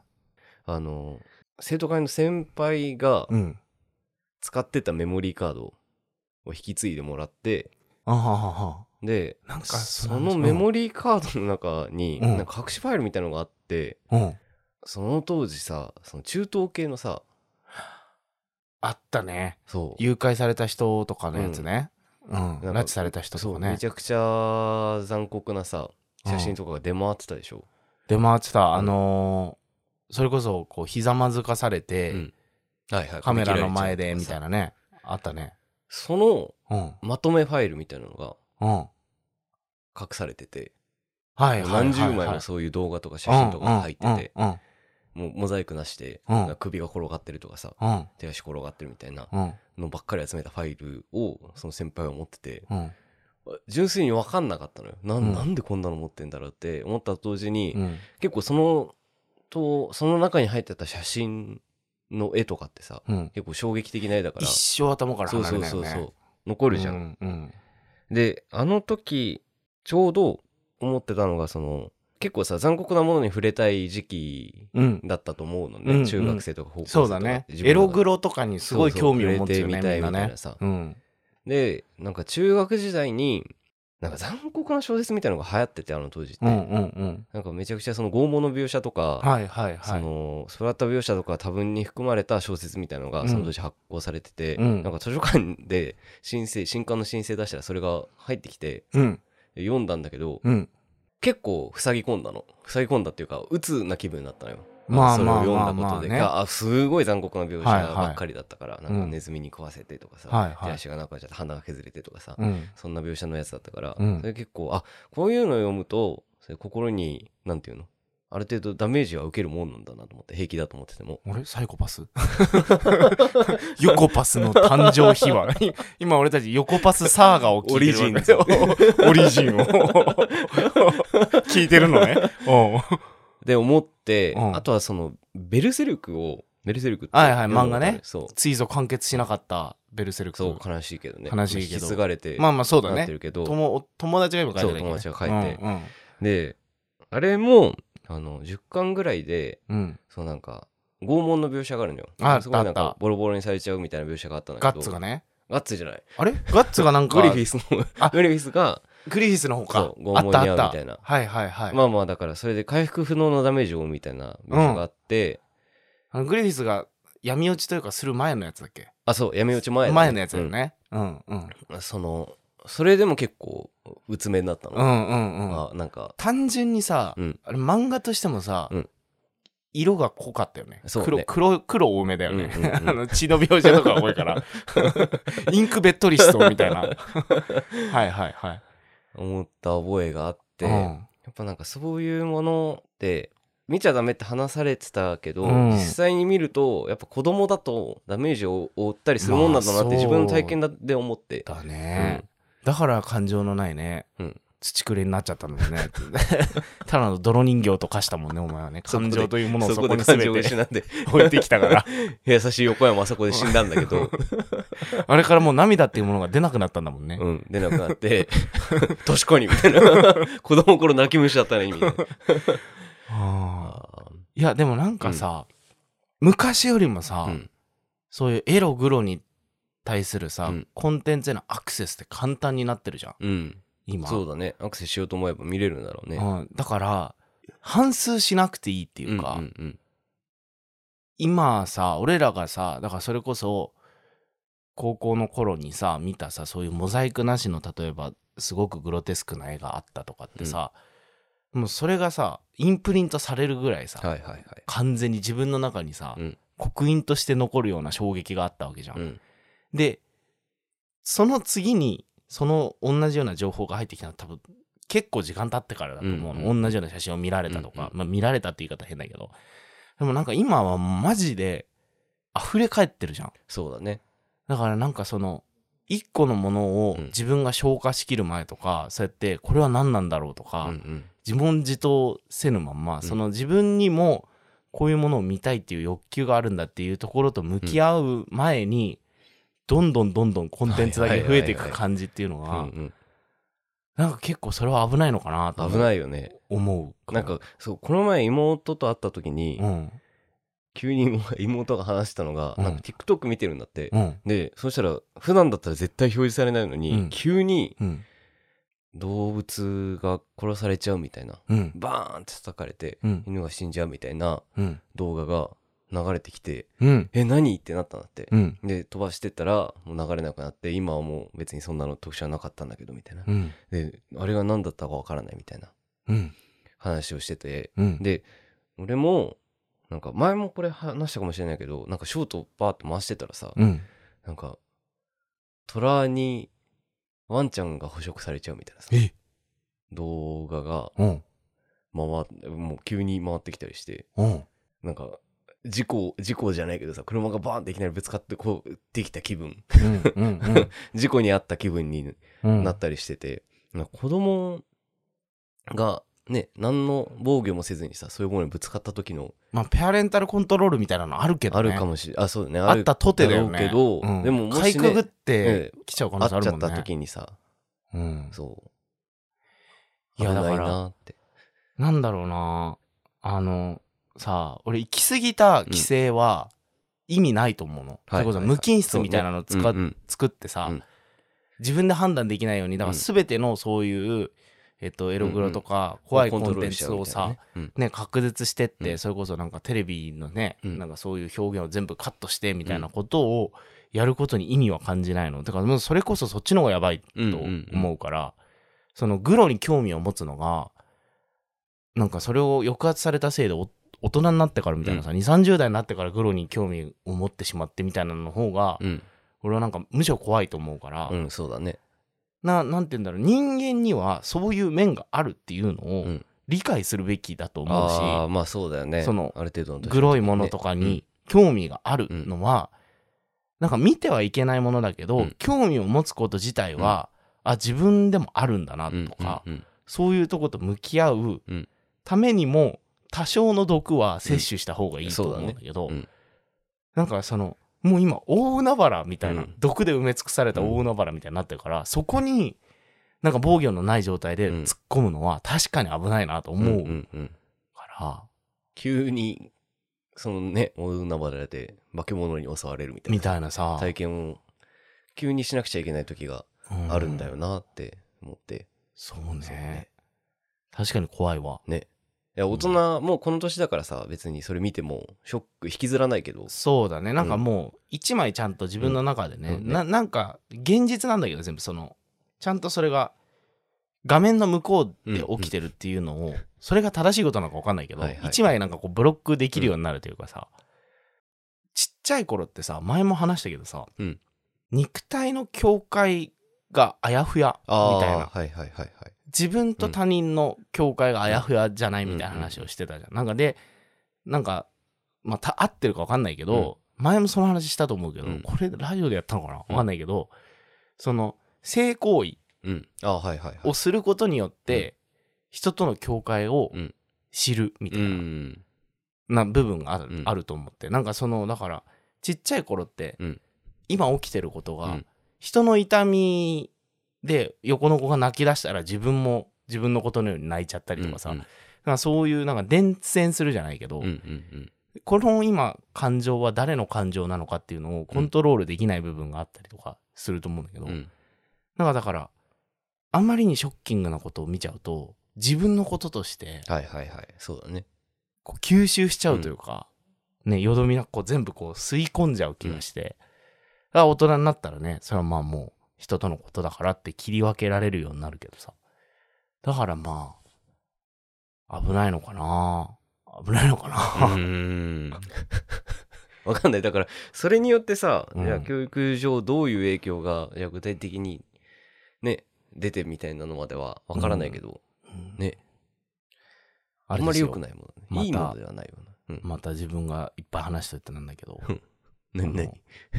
あの生徒会の先輩が
うん、
使ってたメモリーカードを引き継いでもらって
あははは
で
なんか
そ
そうなんです
のメモリーカードの中に、
うん
なんか隠しファイルみたいなのがあって
うん、
その当時さその中東系のさ
あったね。
そう
誘拐された人とかのやつね。うん
なんか
拉致された人と
そう
か
め
ね
ち。ゃくちゃ残酷なさ写真とかが出回ってたでしょ、
出回ってた、あのーそれこそこうひざまずかされて、
うんはいはい
カメラの前でみたい
な
なね。あったね。
その
うん。
まとめファイルみたいなのが
うん。は
隠されてて、
いはいはい、
何十枚もそういう動画とか写真とかが入ってて、
うんうん
もうモザイクなしで、
うん
なんか首が転がってるとかさ
うん
手足転がってるみたいな
うん
のばっかり集めたファイルをその先輩は持ってて
うん
純粋に分かんなかったのよな,、
うん
ん、なんでこんなの持ってんだろうって思ったと同時に、
うん
結構そのとその中に入ってた写真の絵とかってさ
うん
結構衝撃的な絵だから
一生頭から
そう
離
そ
れ
う
ない
そ
よ
う
ね。
そう残るじゃん、
うんうん
であの時ちょうど思ってたのがその結構さ残酷なものに触れたい時期
うん。
だったと思うのね、
うん
中学生とか高校生と
そ
か
うだね。
自分の
エログ
中
ロとかにすごい興味を持つよね、
そうそう触れてみたい
みんな
みたい
ね
なさ。
うん。
でなんか中学時代になんか残酷な小説みたいなのが流行っててあの当時って、
うんうんうん。
なんかめちゃくちゃその拷問の描写とか、
はいはい
そ
はい。
のスプラッタ描写とか多分に含まれた小説みたいなの
う
が
ん
その当時発行されてて、
うん
なんか図書館で申請新刊の申請出したらそれが入ってきて
うん
読んだんだけど、
うん。
結構塞ぎ込んだの塞ぎ込んだっていうか鬱な気分になったのよ
まあ
それを
まあ
読
まあ
んだ
ま
こ
あ
とで
ね。
があすごい残酷な描写
はいはい
ばっかりだったから、なん
う
か
ん
ネズミに食わせてとかさ、
はいはい
手足がなくなっちゃって鼻が削れてとかさ、
うん。
そんな描写のやつだったから、
うん
それ結構あこういうのを読むとそれ心になんていうのある程度ダメージは受けるもんなんだなと思って平気だと思ってても
俺サイコパス ヨコパスの誕生秘話 今俺たちヨコパスサーガを聞いてるわけですよ オリジンを聞いてるのねおう
で思って、
うん
あとはそのベルセルクをベルセルクって
はいはい漫画ね
そう
ついぞ完結しなかったベルセルク
そう悲しいけどね
悲しいけど
引き継がれて
まあまあそうだ
なっ
ね
てるけど、
友友達が今書いてる
そう友達が書いて
うんうん
であれもあの10巻ぐらいで
うん
そうなんか拷問の描写があるのよ
あ
すごいなん
あっ
か
た
ボロボロにされちゃうみたいな描写があったんだけど
ガッツが
ね
ね
ガッツじゃない
あれガッツがなんか
グリフィスの
あ
グリフィスが
グリフィスの方か
そう
あった
拷問に
あ
遭
っ
う
た
みたいな
はいはいはい、
まあまあだからそれで回復不能のダメージを負うみたいな描写があって、
あのグリフィスが闇落ちというかする前のやつだっけ
あそう闇落ち前だ
前,、
ね
のやつだよね、うん、うん
うんそのそれでも結構うつめになったの、
うんうんうん
あなんか
単純にさ、
うん
あれ漫画としてもさ、
うん
色が濃かったよね
そうね
黒黒黒多めだよね、
うんうんうん
あの血の描写とか多いからインクべっとりしそうみたいなはいはいはい
思った覚えがあって、
う
や
ん
っぱなんかそういうものって見ちゃダメって話されてたけど、
うん
実際に見るとやっぱ子供だとダメージを負ったりするもんなんだなっ
まあ
て自分の体験
そ
だで思って、
だね、だから感情のないね、
うん
土くれになっちゃったんだもんね ただの泥人形と化したもんねお前はね
そこで
感情というものを
そ
そ
こ
こ
で
に
感
全
情を
て
失って
置いてきたから
優しい横山あそこで死んだんだけ ど、
あれからもう涙っていうものが出なくなったんだもんね、
うん、出なくなって 「年子に」みたいな 子供の頃泣き虫だったのにみたいな
あー
あ
いやでもなんかさ、昔よりもさ、
ーうん
そういうエログロに対するさ、
うん
コンテンツへのアクセスって簡単になってるじゃん
うん
今
そうだねアクセスしようと思えば見れるんだろうね
うん、だから反数しなくていいっていうか、
んうん
今さ俺らがさだからそれこそ高校の頃にさ見たさそういうモザイクなしの例えばすごくグロテスクな絵があったとかってさ、もうそれがさインプリントされるぐらいさ、
うんはいはいはい
完全に自分の中にさ、
うん
刻印として残るような衝撃があったわけじゃん。
うん
でその次にその同じような情報が入ってきたのは多分結構時間経ってからだと思うの、
うんうん
同じような写真を見られたとか、
うんうん
まあ、見られたって言い方変だけどでもなんか今はマジで溢れ返ってるじゃん
そうだね
だからなんかその一個のものを
うん
自分が消化しきる前とか、そうやってこれは何なんだろうとか、
うんうん
自問自答せぬまんま、
ん
その自分にもこういうものを見たいっていう欲求があるんだっていうところと向き合う前に、どんどんどんどんコンテンツだけ増えてい
はいはいはい
く
はい
感じっていうの
う
は
んうん
なんか結構それは危ないのかなと
危ないよね
思う
なんかそうこの前妹と会った時に
うん
急に妹妹が話したのが
うん
なんか TikTok 見てるんだって
うん
でそしたら普段だったら絶対表示されないの
うん
に急に
うん
動物が殺されちゃうみたいな
うん
バーンって叩かれて
うん
犬が死んじゃうみたいな
うん
動画が流れてきて
うん
え何ってなったんだって
うん
で飛ばしてったらもう流れなくなって今はもう別にそんなの特殊はなかったんだけどみたいな
うん
であれが何だったかわからないみたいな
うん
話をしてて
うん
で俺もなんか前もこれ話したかもしれないけどなんかショートをバーッと回してたらさ
うん
なんか虎にワンちゃんが捕食されちゃうみたいなさ
え
動画が
うん
回っもう急に回ってきたりして
うん
なんか事故事故じゃないけどさ車がバーンっていきなりぶつかってこう でき た気分
うんうんうん
事故に遭った気分に
うん
なったりしてて、なんか子供がね何の防御もせずにさそういうものにぶつかった時の
まあペアレンタルコントロールみたいなのあるけど
あ
ね
るかもしれない、あそうだね
あったとてだよ
ある
ね
だろうけど
うん
でももしね
かいくぐっ
ある
て
ええ
来ちゃう可能性
会
あ
っち
る
ゃ
も
っ
んね
た時にさ
うん
そう
い
危な
や
い
だから
なって
なんだろうなあのさ俺行き過ぎた規制は意味ないと思うの、それこそ無菌室みたいなの使っ
うんうん
作ってさ、
うん
自分で判断できないようにだから全てのそういう、えっと、エログロとか怖いコンテンツをさ、
うん
ね、確実してって、
うん
それこそなんかテレビのね、
うん
なんかそういう表現を全部カットしてみたいなことをやることに意味は感じないのだからもうそれこそそっちの方がやばいと思うから、そのグロに興味を持つのがなんかそれを抑圧されたせいでお大人になってからみたいなさ、2 3 0代になってからグロに興味を持ってしまってみたいなのの方が、
うん
俺はなんかむしろ怖いと思うから、
うんそうだね
ななんて言うんだろう人間にはそういう面があるっていうのを
うん
理解するべきだと思うし、
ああまあそうだよね
その
ある程度の年
グロいものとかに興味があるのは、なんか見てはいけないものだけど、
うん
興味を持つこと自体は、あ自分でもあるんだなとか、
うんうん
そういうとこと向き合う
うん
ためにも多少の毒は摂取した方がいいと思うんだけど、
うんうん
なんかそのもう今大海原みたいな、
うん
毒で埋め尽くされた大海原みたいになってるから、そこになんか防御のない状態で突っ込むのは確かに危ないなと思
ん
うう
うんうん
から、
急にそのね大海原で化け物に襲われるみたい
み
な
たいなさ、
体験を急にしなくちゃいけない時が
う
あるんだよなって思って、
そう
そう
ね
ね
確かに怖いわ
いや大人、もうこの年だからさ別にそれ見てもショック引きずらないけど
そうだねなんかもう一枚ちゃんと自分の中でね,、
うん
ななんか現実なんだけど全部そのちゃんとそれが画面の向こうで起きてるっていうのを、それが正しいことなのか分かんないけど、
はいはい
一枚なんかこうブロックできるようになるというかさ、ちっちゃい頃ってさ前も話したけどさ、
うん
肉体の境界があやふやみ
あー
たいな
はいはいはいはい
自分と他人の境界があやふやじゃないみたいな話をしてたじゃん。なんかでなんか、まあ、た合ってるか分かんないけど、前もその話したと思うけど、
うん
これラジオでやったのかな
うん
分かんないけど、その性行為
うんあーはいはいはい
をすることによって、人との境界を
うん
知るみた
う
いな,、
ん
な部分がある,、
うん
あると思ってなんかそのだからちっちゃい頃って、
うん
今起きてることが、
うん
人の痛みで横の子が泣き出したら自分も自分のことのように泣いちゃったりとかさ、
うん
だからそういうなんか伝染するじゃないけど、
うんうん
この今感情は誰の感情なのかっていうのをコントロールできない部分があったりとかすると思うんだけど、
うんうん
なんかだからあまりにショッキングなことを見ちゃうと自分のこととして
はいはいはいそうだね
こう吸収しちゃうというか、ねよどみなくこう全部こう吸い込んじゃう気がして、だから大人になったらねそれはまあもう人とのことだからって切り分けられるようになるけどさだからまあ危ないのかな危ないのか
う
な、
ーんわかんないだからそれによってさ、
うん
じゃあ教育上どういう影響がじゃあ具体的にね出てみたいなのまではわからないけど、
うん
ね
あ
あんまり良く
ない
ないも
また
の、ね、いいものではないような、うん
また自分がいっぱい話しといてなんだ けど
なになに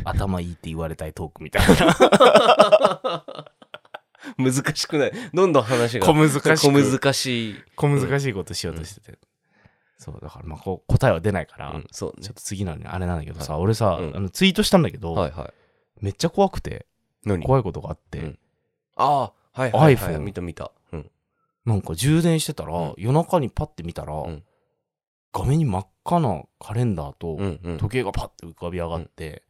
あの頭いいって言われたいトークみたいな
難しくないどんどん話が
小難しく
小難しい、
小難しいことしようとしてて、そうだからまあこう答えは出ないから、
うんそう
ち
ね
ょっと次なのにあれなんだけどさ、俺さ、
うん
あのツイートしたんだけど、
はいはい
めっちゃ怖くて
何
怖いことがあって、
うんああはいはい、はい、
iPhone
見た見た、うん、
なんか充電してたら、
うん
夜中にパッて見たら、
ん
画面に真っ赤なカレンダーと
うんうんへ
時計がパッて浮かび上がって、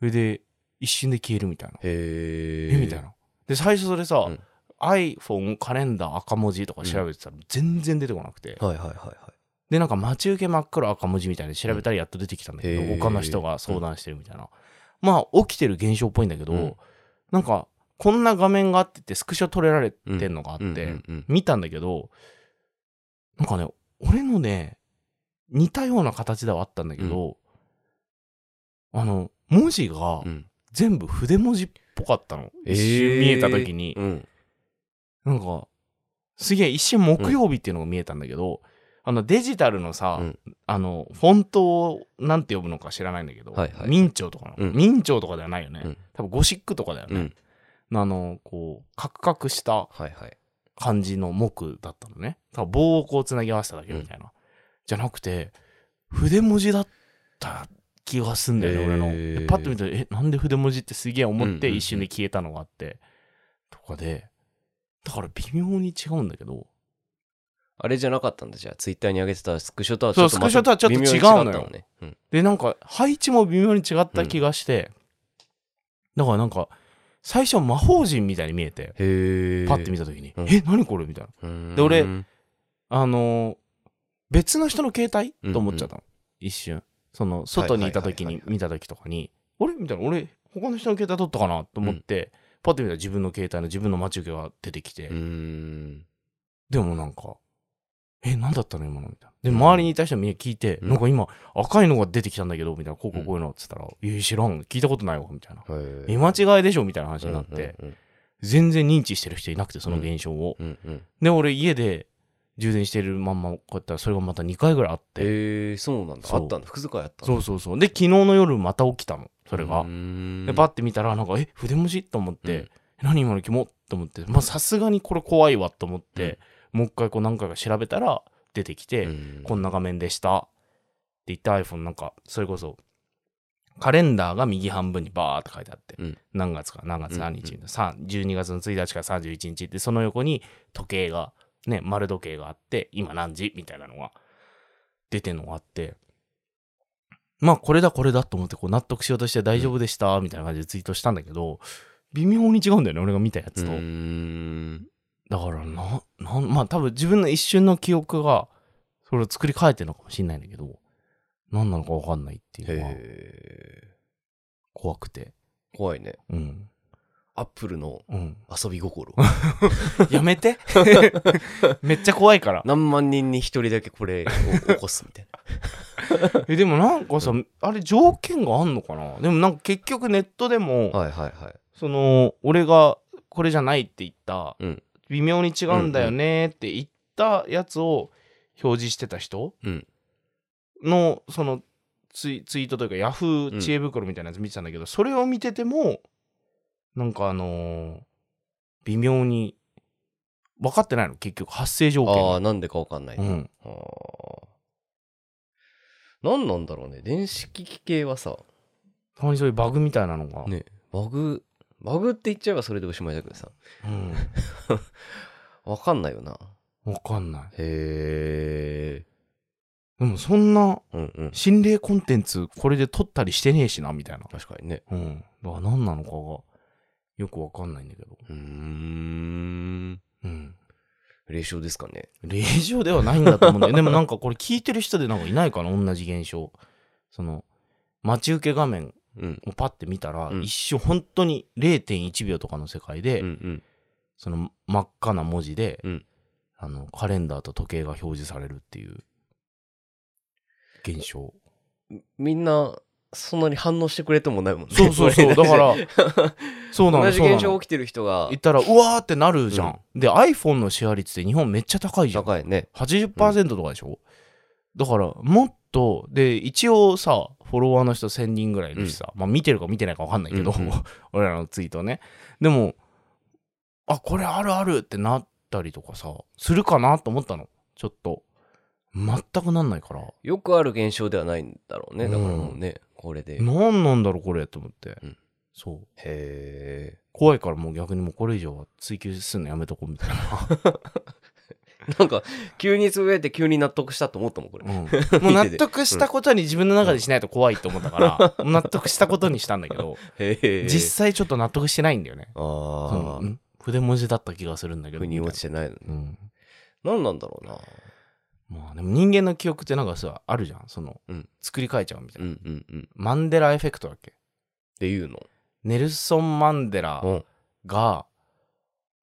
それで一瞬で消えるみたいな、
え
えみたいなで最初それさ、
うん
iPhone カレンダー赤文字とか調べてたら全然出てこなくて、
はいはいはいは
でなんか待ち受け真っ黒赤文字みたいで調べたらやっと出てきたんだけど、
うんへー
他の人が相談してるみたいな、まあ起きてる現象っぽいんだけど、
うん
なんかこんな画面があっててスクショ撮れられてんのがあって、
いうんうんうん
見たんだけどなんかね俺のね似たような形ではあったんだけど、あの文字が
うん
全部筆文字っぽかったの、一瞬見えた時に、
うん
なんか、すげえ一瞬木曜日っていうのが見えたんだけど、あのデジタルのさ、
うん
あの、フォントをなんて呼ぶのか知らないんだけど、
はいはい
明朝とかなの、
うん
明朝とかではないよね。
うん
多分ゴシックとかだよ
う
ね。
ん
あの、こう、カクカクした
はいはい
感じの木だったのね。多分棒をこうつなぎ合わせただけみたいな。じゃなくて、筆文字だった気がすんだよね、
へー
俺の。でパッと見たら、え、なんで筆文字ってすげえ思っ
うんうん
て
うん
一瞬で消えたのがあって、とかで、だから微妙に違うんだけど、
あれじゃなかったんだじゃあツイッターに上げてたスクショとは
そう
また
スクショとはちょっと違うのよ
微妙にったねうん
で、なんか配置も微妙に違った気がして、だからなんか、最初魔法陣みたいに見えて、
へえ
パッて見た時に、
うん
え、何これみたいな。で俺
うん
あのー別の人の携帯
うん
と思っちゃったの、一瞬その外にいた時
はいはいはい
に
はい
見た時とかにあれみたいな俺他の人の携帯取ったかなと思って、パッて見たら自分の携帯の自分の待ち受けが出てきて、
うん
でもなんかえ何だったの今のみたいなで
うん
周りにいた人みんな聞いて、
うん
なんか今赤いのが出てきたんだけどみたいなこうこう
うん
こういうのっつったら「いや知らん聞いたことないわ」みたいな
へ
「
ー
見間違いでしょ」みたいな話になって、
うん
全然認知してる人いなくてその現象を、
うんうんうん
で俺家で充電してるまんまこうやったらそれがまた2回ぐらいあって、
へえそうなんだ
そ
あ
う
ったんだ複数回あった
そううそうそう。で、昨日の夜また起きたの、それが。で、
で
パッ
ッ
て見たら、なんか、え、筆文字と思っ
う
て
ん、
何今の肝と思って、まあ、さすがにこれ怖いわと思って、もう一回こう何回か調べたら出てきて、こんな画面でした。って言って iPhone なんか、それこそ、カレンダーが右半分にバーって書いてあって、
うん
何月から何月何日、
うん
さん12月の1日から31日ってその横に時計がね丸時計があって今何時みたいなのが出てんのがあってまあこれだこれだと思ってこう納得しようとして大丈夫でしたみたいな感じでツイートしたんだけど微妙に違うんだよね俺が見たやつと、
うーん
だからななんまあ多分自分の一瞬の記憶がそれを作り変えてるのかもしれないんだけど何なのか分かんないっていうのが
へえ
怖くて
怖いね
うん
アップルの
うん
遊び心
やめてめっちゃ怖い から。
何万人に一人だけこれを起こすみたいな
えでもなんかさ、あれ条件があんのかなでもなんか結局ネットでも、
はいはいはい
その俺がこれじゃないって言った、
うん
微妙に違うんだよねって言ったやつを表示してた人
うん
のそのツイツイートというかヤフ
う
ー
ん
知恵袋みたいなやつ見てたんだけど、それを見ててもなんかあのー微妙に分かってないの結局発生条件
あ
が
あなんでかわかんない、
う
あ
ん
あ何なんだろうね電子機器系はさ
たまにそういうバグみたいなのが、
ねバグバグって言っちゃえばそれでおしまいだけどさ
うん
わかんないよな
わかんない。
へえ
でもそんな
うんうん
心霊コンテンツこれで撮ったりしてねえしなみたいな。
確かにね
うん。だから何なのかがよくわかんないんだけど。
うーん
うん。
霊障ですかね
霊場ではないんだと思うんだよ。でもなんかこれ聞いてる人でなんかいないかな同じ現象。その、待ち受け画面
うん
をパッて見たら、
うん
一瞬本当に0.1秒とかの世界で、
うんうん
その真っ赤な文字で、
うん
あのカレンダーと時計が表示されるっていう現象。
みんなそんなに反応してくれてもないもんね
そうそうそう。だ から、そうなの
同じ現
そうなの
象起きてる人が
行ったらうわーってなるじゃん、で iPhone のシェア率って日本めっちゃ高いじゃん
高いね
80%とかでしょ、だからもっとで一応さフォロワーの人1000人ぐらいいるしさ、まあ見てるか見てないか分かんないけど、
うんうん
俺らのツイートねでもあこれあるあるってなったりとかさするかなと思ったのちょっと全くなんないから
よくある現象ではないんだろうねだから
うん
もうねこれでへ
何なんだろうこれと思って、
うん
そう
え
怖いからもう逆にもうこれ以上は追求するのやめとこうみたいな
なんか急につぶやいて急に納得したと思ったもんこれ
もう納得したことに自分の中でしないと怖いと思ったから、 納得したことにしたんだけど、
へえ
実際ちょっと納得してないんだよね。その
あ
ん筆文字だった気がするんだ
あ
けど。
腑に落ちてないの
みたいなうん
何なんだろうな
まあでも人間の記憶ってなんかさ、あるじゃん。その、
うん
作り変えちゃうみたいうな。
んうんうんっ
マンデラエフェクトだっけ
ていうの
ネルソン・マンデラ
うん
が、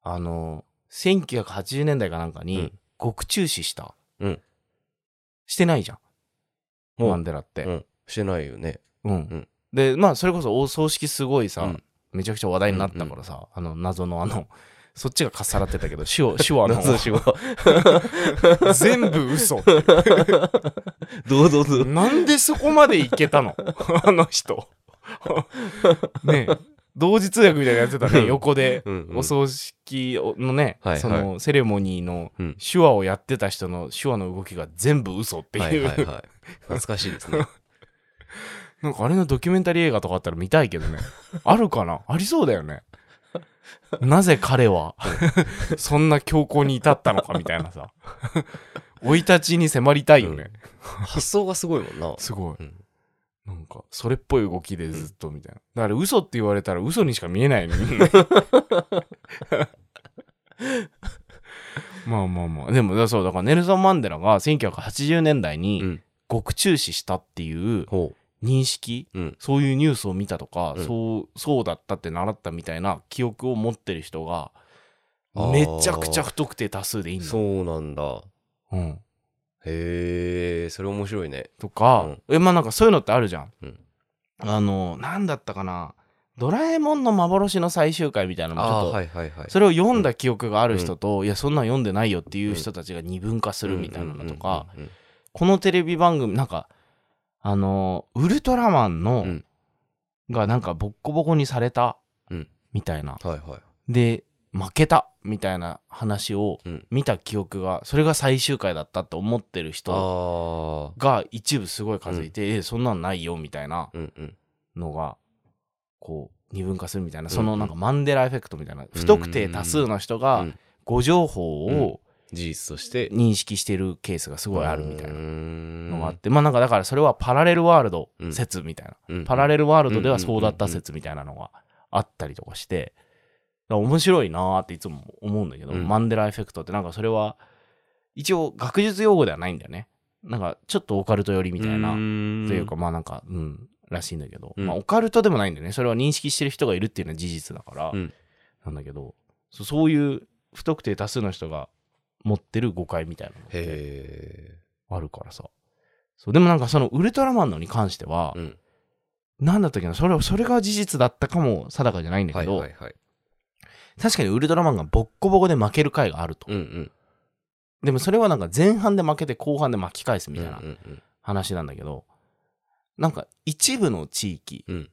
あの、1980年代かなんか
う
に
ん、
獄中死した。
うん
してないじゃん。
うん
マンデラって。
うんしてないよね
うん
ん
でまあそれこそお葬式すごいさ、
うん
めちゃくちゃ話題になったからさ、あの謎のあのそっちがかっさらってたけど手 話手話の
謎手 話
全部嘘っていう
どうぞどうぞ
なんでそこまでいけた のあの人 ねえ同時通訳みたいなのやってたね
うん
横で、
うんうん
お葬式のね、
はいはい
そのセレモニーの
うん
手話をやってた人の手話の動きが全部嘘っていう、
はいはいはい懐かしい ですね
なんかあれのドキュメンタリー映画とかあったら見たいけどね。 あるかなありそうだよね。なぜ彼は そんな強行に至ったのかみたいなさ。生い立ちに迫りたいよね。
発想がすごいもんな
すごい
うん。
なんか、それっぽい動きでずっとみたいな。だから嘘って言われたら嘘にしか見えない のにねまあまあまあ。でも、だからそう、だからネルソン・マンデラが1980年代
う
に
ん
獄中死したっていう
ほ
認識
ううん
そういうニュースを見たとか、
うん
そうそうだったって習ったみたいな記憶を持ってる人が
あー
めちゃくちゃ不特定多数でいいんだ、
そうなんだ
うん、
へえそれ面白いね
とか、えまあなんかそういうのってあるじゃん、
うん
あのなんだったかな「ドラえもんの幻の最終回」みたいなのもちょっ
あ
と、
ーはいはいはい
それを読んだ記憶がある人と、いやそんなん読んでないよっていう人たちが二分化するみたいなのとか、
うんうんうん
このテレビ番組なんかあのウルトラマンの、
うん
がなんかボッコボコにされた、
うん
みたいな
うんはいはい
で負けたみたいな話を
うん
見た記憶がそれが最終回だったって思ってる人
ああ
が一部すごい数いて、えそんなんないよみたいな
うんうん
のがこう二分化するみたいなそのなんかマンデラエフェクトみたいな不特定多数の人
う
が
ん
誤情報を
事実として
認識してるケースがすごいあるみたいなの
の
があってまあなんかだからそれはパラレルワールド
うん
説みたいな
て
パラレルワールドではそうだった説みたいなのがあったりとかして、だから面白いなーっていつも思うんだけど、
うん
マンデラエフェクトってなんかそれは、一応学術用語ではないんだよね。なんかちょっとオカルト寄りみたいな、と
い
いうかまあなんか、うん、らしいんだけど、
うん
まあオカルトでもないんだよね。それは認識してる人がいるっていうのは事実だから、
うん
なんだけどそ、そういう不特定多数の人が持ってる誤解みたいなのって
へ
あるからさ。そうでもなんかそのウルトラマンのに関しては
ー、うん
なんだったっけなそれそれが事実だったかも定かじゃないんだ
は
け
い
ど、
はいはい
確かにウルトラマンがボッコボコで負ける回があると、
うんうん
でもそれはなんか前半で負けて後半で巻き返すみたいな
うんうん
話なんだけど、なんか一部の地域
うん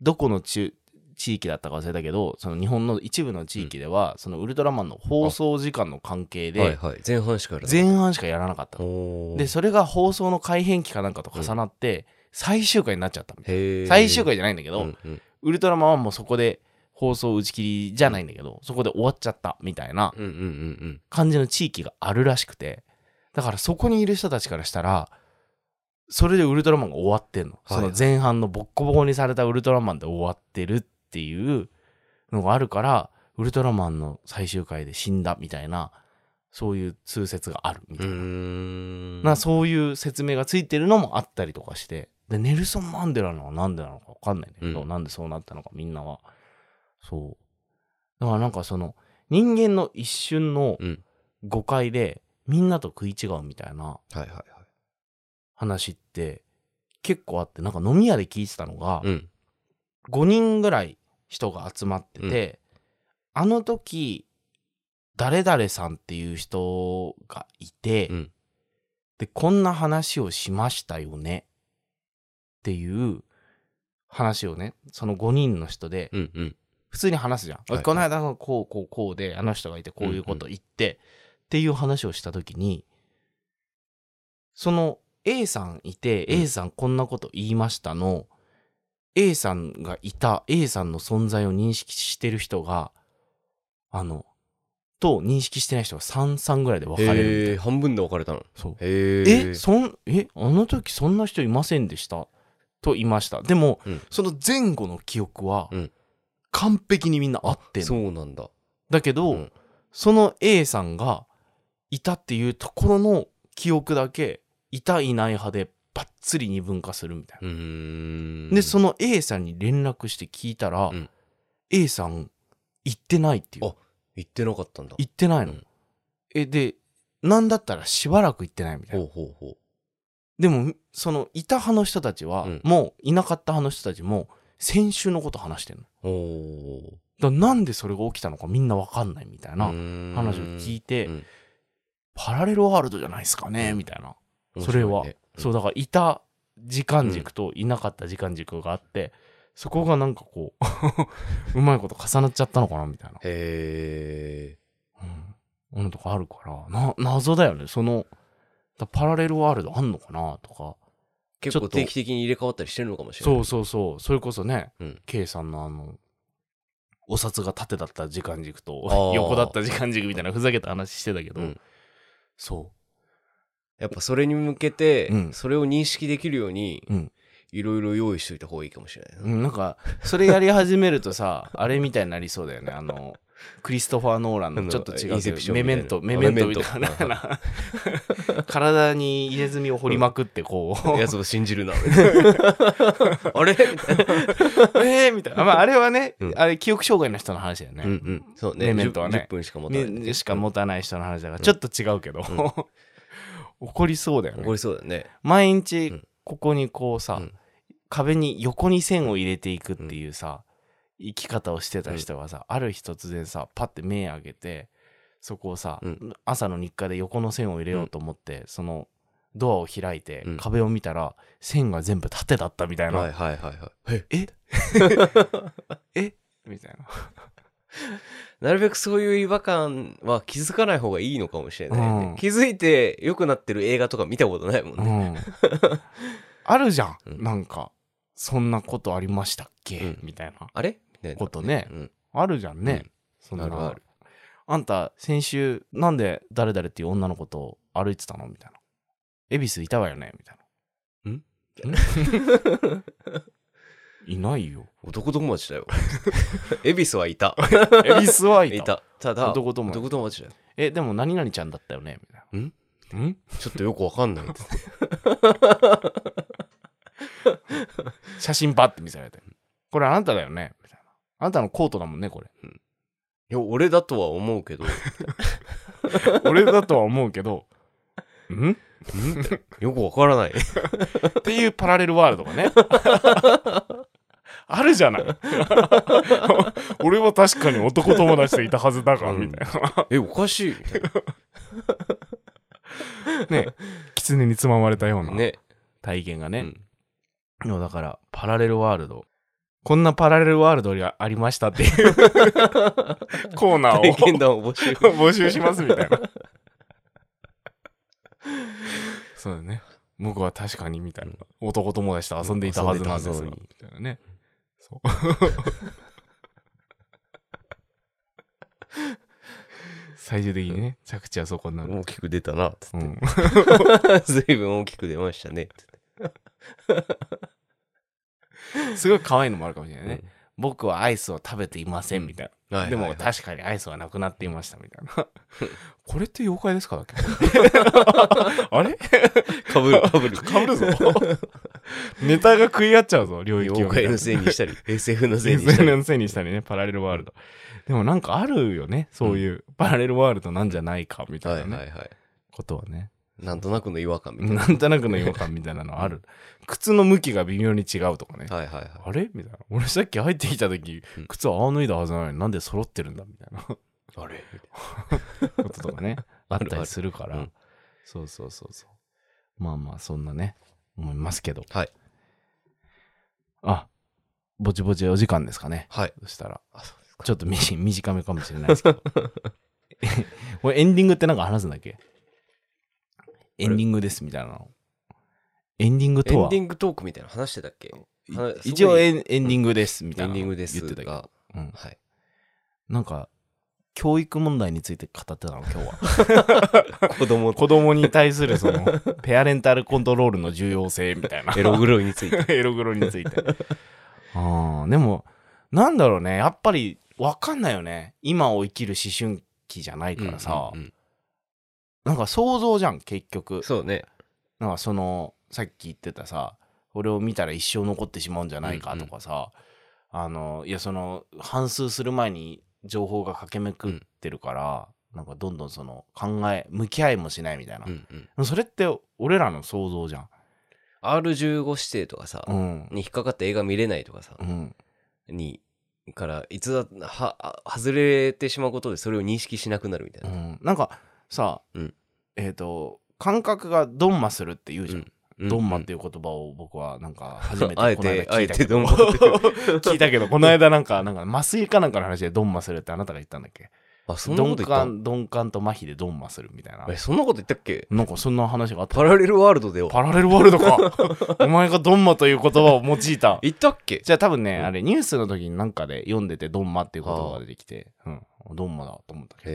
どこのち地域だったか忘れたけどその日本の一部の地域では、そのウルトラマンの放送時間の関係
うんはい
で
はい前半しかやらない
前半しかやらなかったと、
おー
でそれが放送の改変期かなんかと重なって最終回になっちゃったみたい
へー
な最終回じゃないんだけど、
うんうん
ウルトラマンはもうそこで放送打ち切りじゃないんだけど、そこで終わっちゃったみたいな
うんうんうん
感じの地域があるらしくて、だからそこにいる人たちからしたら、それでウルトラマンが終わってんの。
はい
その前半のボッコボコにされたウルトラマンで終わってるっていうのがあるから、ウルトラマンの最終回で死んだみたいな、そういう通説があるみ
う
たいな。
ん
なそういう説明がついてるのもあったりとかしてでネルソン・マンデラのはなんでなのか分かんないんだけど、
うん
なんでそうなったのかみんなはそうだからなんかその人間の一瞬の
うん
誤解でみんなと食い違うみたいな
はいはいは
話って結構あってなんか飲み屋で聞いてたのが、
いうん
5人ぐらい人が集まってて、あの時誰々さんっていう人がいて、
うん
でこんな話をしましたよねっていう話をねその5人の人で
うんうん
普通に話すじゃん、
いはい
この間のこうこうこうであの人がいてこういうこと言って、っていう話をした時にその A さんいて、
うん
A さんこんなこと言いましたの A さんがいた A さんの存在を認識してる人があのと認識してない人が33ぐらいで分かれるみたいな
へー半分で分かれたの
そう
へー
えそんえあの時そんな人いませんでしたと言いましたでも、
うん
その前後の記憶は、
うん
完璧にみんな合ってんの
そうなんだ
だけど、
うん
その A さんがいたっていうところの記憶だけいたいない派でばっつり二分化するみたいな、
うーん
でその A さんに連絡して聞いたら、
うん
A さん行ってないっていう
あ言ってなかったんだ
行ってないの、
うん
えでなんだったらしばらく行ってないみたいな
ほうほうほう
でもそのいた派の人たちは、
うん
もういなかった派の人たちも先週のこと話してるのだか
おお
らなんでそれが起きたのかみんなわかんないみたいな話を聞いて、
うん
パラレルワールドじゃないですかね、
うん
みたいな、それは、そうだからいた時間軸といなかった時間軸があって、そこがなんかこう うまいこと重なっちゃったのかなみたいな、
へえ
うん、ものとかあるからな謎だよねそのだパラレルワールドあんのかなとか
結
ち
構
ょっと
定期的に入れ替わったりしてるのかもしれない
そうそうそうそれこそね、
うん
K さんのあのお札が縦だった時間軸
あ
と
ー
横だった時間軸みたいなふざけた話してたけど、
うん
そ
やっぱそれに向けて、
うん
それを認識できるように、
うん
いろいろ用意しといた方がいいかもしれないな、
う、うんなんかそれやり始めるとさ あれみたいになりそうだよねあのクリストファー・ノーランのちょっと違
イ
う
ン
け
セ
ど
プション
メ
みた
メ
いな
ントメメ
あ
ントみ
メメント
たいな 体に入れ墨を掘りまくってこう、
やつを信 じるな あれみたいな
えーみたいな、まあ、あれはね、
うん
あれ記憶障害の人の話だよね、
うんうんそうね
メメントはね
10, 10分しか持たない、
ね、しか持たない人の話だから、ちょっと違うけど、 怒りそうだよ
起こ
ね
りそうだよね
毎
う
日
ん
ここにこうさ、
うん
壁に横に線を入れていくっていうさ、生き方をしてた人がさ、ある日突然さパッて目開けてそこをさ、
うん
朝の日課で横の線を入れようと思って、そのドアを開いて、
うん
壁を見たら線が全部縦だったみたいな、
はいはいはいはいえ
みたいな、
なるべくそういう違和感は気づかない方がいいのかもしれないよね、
うん
気づいて良くなってる映画とか見たことないもんね、
うんあるじゃん、
うん
なんかそんなことありましたっけ、
うん
みたいな
あれみたいな
ことね
うん
あるじゃんね、
うん
そんな
あるある
あんた先週なんで誰々っていう女の子と歩いてたのみたいな恵比寿いたわよねみたいないないよ
男友達だよ恵比寿はいた
恵比寿はいた
いたただ
男友達
男友達だよ
えでも何々ちゃんだったよねみたいなんん
ちょっとよくわかんない
写真バッて見せられてこれあなただよねみたいなあなたのコートだもんねこれ
いや俺だとは思うけど
俺だとは思うけどんっ
よくわからない
ていうパラレルワールド がねあるじゃ ない俺は確かに男友達といたはずだからみたいな
えおかしいみたい
ね、狐につままれたよう
な
な
ね
体験がね。
うん
でもだから、パラレルワールド。こんなパラレルワールドがありましたっていう コーナー
体験
を
談を募集
募集しますみたいな。 そうだね。僕は確かにみたいな。男友達と遊んでいたはずなんです
遊ん
よ
でいたはずなのに
みたいなね。 そう最終的にね、着地はそこになる。
大きく出たなつ
う
っ
ん、
て随分大きく出ましたねつって
すごい可愛いのもあるかもしれないね。
うん
僕はアイスを食べていませんみたいな、
はいはい
で
はい
も確かにアイスはなくなっていましたみたいなこれって妖怪ですかだっけ あれ
かぶるかぶる
かぶるぞネタが食い合っちゃうぞ領域を
妖 怪のせいにしたり SF のせいにしたり
SNS のせいにしたりねパラレルワールドでもなんかあるよねそういうパラレルワールドなんじゃないかみたい
は
ないね、
はいはい
ことはね
なんとなくの違和感みたいな
なんとなくの違和感みたいなのある靴の向きが微妙に違うとかね
はいはいはい
あれみたいな俺さっき入ってきた時
うん
靴はああ脱いだはずなのになんで揃ってるんだみたいな
あれ
こととか ねあったりするから
あるうん
そうそうそうそうまあまあそんなね思いますけど
はい
あぼちぼちお時間ですかね
はい
そしたら
あそうですか
ちょっとみじ短めかもしれないですけ どこれエンディングってなんか話すんだっけエンディングですみたいなのエンディング
エ
と
ン
は
ディングトークみたいなの話してたっけ
い
は
一応
エン
エンエンディングですみ
デ
たい
ィ
なの
ングです
言ってたけど
が
うん
はい
なんか教育問題について語ってたの今日は
子供と
子供に対する そのペアレンタルコントロールの重要性みたいな
エログロいについ て
エログロについてあーでもなんだろうねやっぱり分かんないよね今を生きる思春期じゃないからさ、
うんうん
なんか想像じゃん結
う
局
んそうね
なんかそのさっき言ってたさ俺を見たら一生残ってしまうんじゃないかとかさ、あのいやその反数する前に情報が駆け巡ってるから、なんかどんどんその考え向き合いもしないみたいな、
うんうん
それって俺らの想像じゃん。
R15 指定とかさ
うん。
に引っかかって映画見れないとかさ
うん。
にからいつだはあ外れてしまうことでそれを認識しなくなるみた
う、
いなん
なんかさ、
うん
えっ、と、感覚がドンマするって言うじゃん。
うん
ドンマって
い
いう言葉を僕はなんか初めてこ
あ
の
え
間聞い
てあえ
たけ
て
ど
ドンマって
聞いたけど、この間なんか、なんか麻酔かなんかの話でドンマするってあなたが言ったんだっけ
あそんなこと
鈍
言った
感、鈍感と麻痺でドンマするみたいな
え。そんなこと言ったっけ
なんかそんな話があった。
パラレルワールドでよ
パラレルワールド かお前がドンマという言葉を用いた。
言ったっけ
じゃあ多分ね、
うん
あれニュースの時になんかで読んでてドンマっていう言葉が出てきて、うん、ドンマだと思ったけど。
へ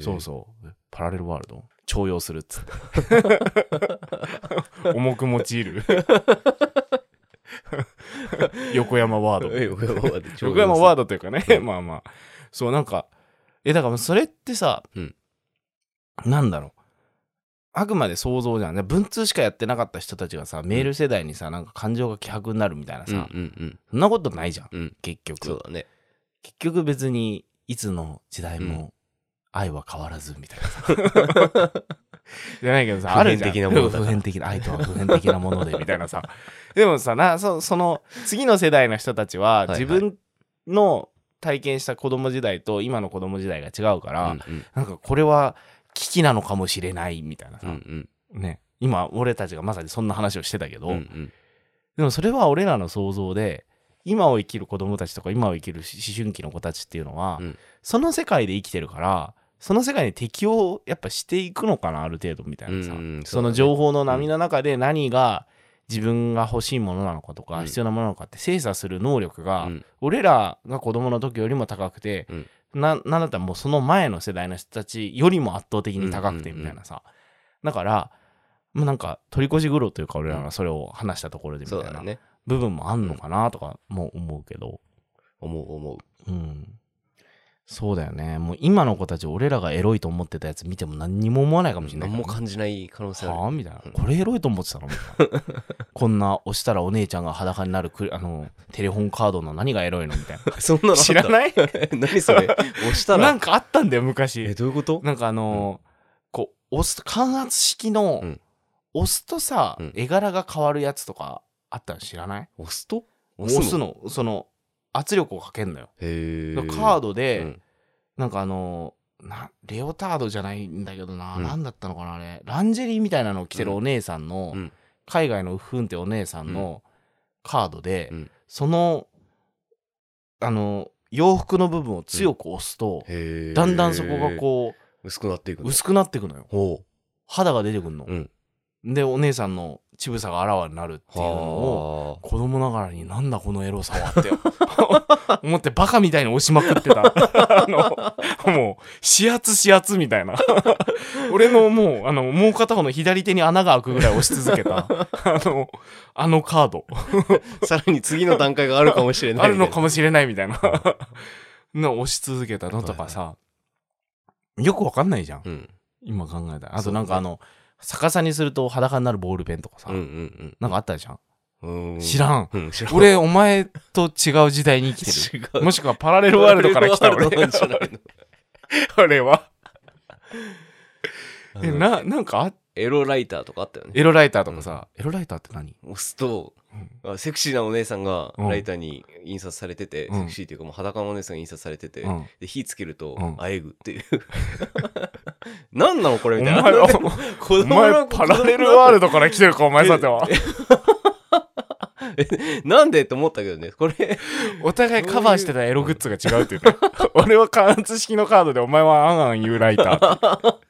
え
そうそう。パラレルワールド徴用するっつ って。重く用い る。横山ワード。
横山ワード
横山ワー
ド
ドというかね、 まあまあ。そう、なんか、え、だからそれってさ、
うん
なんだろう。あくまで想像じゃん。文通しかやってなかった人たちがさ、メール世代にさ、なんか感情が希薄になるみたいな
うん
さ、
うん
そんなことないじゃん、
うんうん
結局。
そうだね
結局別にいつの時代も愛は変わらずみたいなさ、じゃないけどさあるじゃん
普遍的なものだから
普遍的な愛とは普遍的なものでみたいな さでもさなそその次の世代の人たちは
はいはい
自分の体験した子供時代と今の子供時代が違うから、
うんうん
なんかこれは危機なのかもしれないみたいなさ、
うん
ね今俺たちがまさにそんな話をしてたけど、
うんうんうん
でもそれは俺らの想像で今を生きる子供たちとか今を生きる思春期の子たちっていうのは、
うん
その世界で生きてるからその世界に適応をやっぱしていくのかなある程度みたいなさ、
うんうんそうだね
その情報の波の中で何が自分が欲しいものなのかとか、
うん
必要なものなのかって精査する能力が、
うん
俺らが子供の時よりも高くて、
うん
ななんだったらもうその前の世代の人たちよりも圧倒的に高くてみたいなさ、だからもうなんか取り越し苦労というか俺らがそれを話したところでみた
そう
い
だ
な
ね
部分もあんのかなとかも思うけど、
思う思
う
う
ん、そうだよねもう今の子たち俺らがエロいと思ってたやつ見ても何にも思わないかもしれない
何
からね
も感じない可能性
は
あ
あ
る
みたいな
うん
これエロいと思ってたのみたいな こんな押したらお姉ちゃんが裸になるくあのテレホンカードの何がエロいのみたい
そんなの
な知ら
い
ない
何それ押した
な
ら
んかあったんだよ
え
昔
どういうこと
なんかあのーこう押す感圧式の、
うん
押すとさ、
うん
絵柄が変わるやつとかあったの知らない
押すと
押すのその圧力をかけんのよ
へえ
だからカー
ド
ドで、なんかあのーなレオタードじゃないんだけどな、
うん
なんだったのかなあれランジェリーみたいなのを着てるお姉さんの、
うん
海外のウフンってお姉さんのカードで、
うん
そのあの洋服の部分を強く押すと、
へえ
だんだんそこがこ
う薄くなっていく
う、
んだ
薄くなっていくのよ
ほ
肌が出てくるの
う、うん
でお姉さんの乳房があらわになるっていうのを
は
子供ながらになんだこのエロさはって思って バカみたいに押しまくってたあのもう指圧指圧みたいな俺のもうあのもう片方の左手に穴が開くぐらい押し続けたあのあのカード
あさらに次の段階 があるかもしれない
あるのか
も
もしれないみたいなの押し続けたのとかさよくわかんないじゃん
うん
今考えたらあとなんかあの逆さにすると裸になるボールペンとかさ
うんうん
なんかあったじゃん
うんうん
知らん
うん知らん
俺お前と違う時代に 生きて
違
る
う
もしくはパラレルワールドから来た俺
パラレルワールドなんじゃないの
あれはえ
あの
ななんかあ
エロライターとかあったよね
エロライターとかさエロライターって何
押すとあセクシーなお姉さんがライターに印刷されてて、
うん
セクシーっていうかもう裸のお姉さんが印刷されてて、
うん
で火つけると、
うん
あえぐっていう 何なのこれ
お
み
前
たいな
は
子
お
供の
前 パラレルワールドから来てるかお前さては
なんでと思ったけどねこれ
お互いカバーしてたエログッズが違うっていうね俺は感圧式のカードでお前はアンアン言うライターって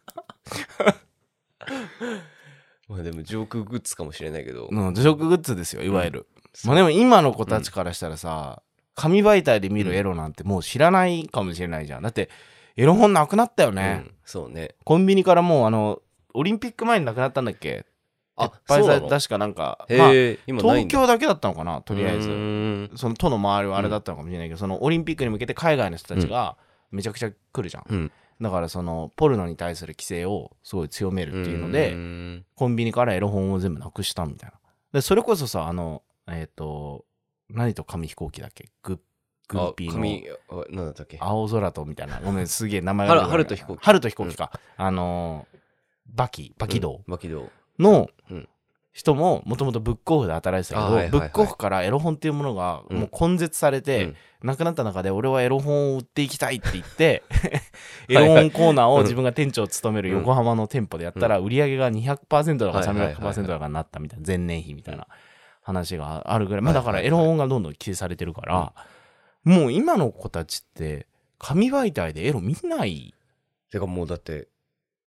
まあでもジョークグッズかもしれないけど、
うんジョークグッズですよいわゆる、まあでも今の子たちからしたらさ、紙媒体で見るエロなんてもう知らないかもしれないじゃんだってエロ本なくなったよ
う
ね、
ん、そうね
コンビニからもうあのオリンピック前になくなったんだっけ
あ
バイ
そう
ザ
な
ー
の
確かなんか、
へえ、
まあ、
今ない
東京
んだ
だけだったのかなとりあえ
うー
ず
ん
その都の周りはあれだったのかもしれないけど、そのオリンピックに向けて海外の人たちがめちゃくちゃ来るじゃん、
うん
だからそのポルノに対する規制をすごい強めるっていうので、
ん
コンビニからエロ本を全部なくしたみたいなでそれこそさあのえっ、と何と紙飛行機だっけグッグッ
あ
ピーの
髪あなんだったっけ
青空とみたいなごめんすげえ名前
春
出てこない
春と
春と飛
飛行機
行機か、あのーバキバキ道
うんバキドウ
の
うん
人ももともとブックオフで働いてたけど、
あはいはいは
ブッ
い
クオフからエロ本っていうものがもう根絶されて、
うん
なくなった中で俺はエロ本を売っていきたいって言ってエ
はい
ロ本コーナーを自分が店長を務める横浜の店舗でやったら売り上げが200%だか
はいはいはいはい
300%だかになったみたいな前年比みたいな話があるぐらいまあ
は
だから
いはいはい
エロ本がどんどん規制されてるからもう今の子たちって紙媒体でエロ見ない
てかもうだって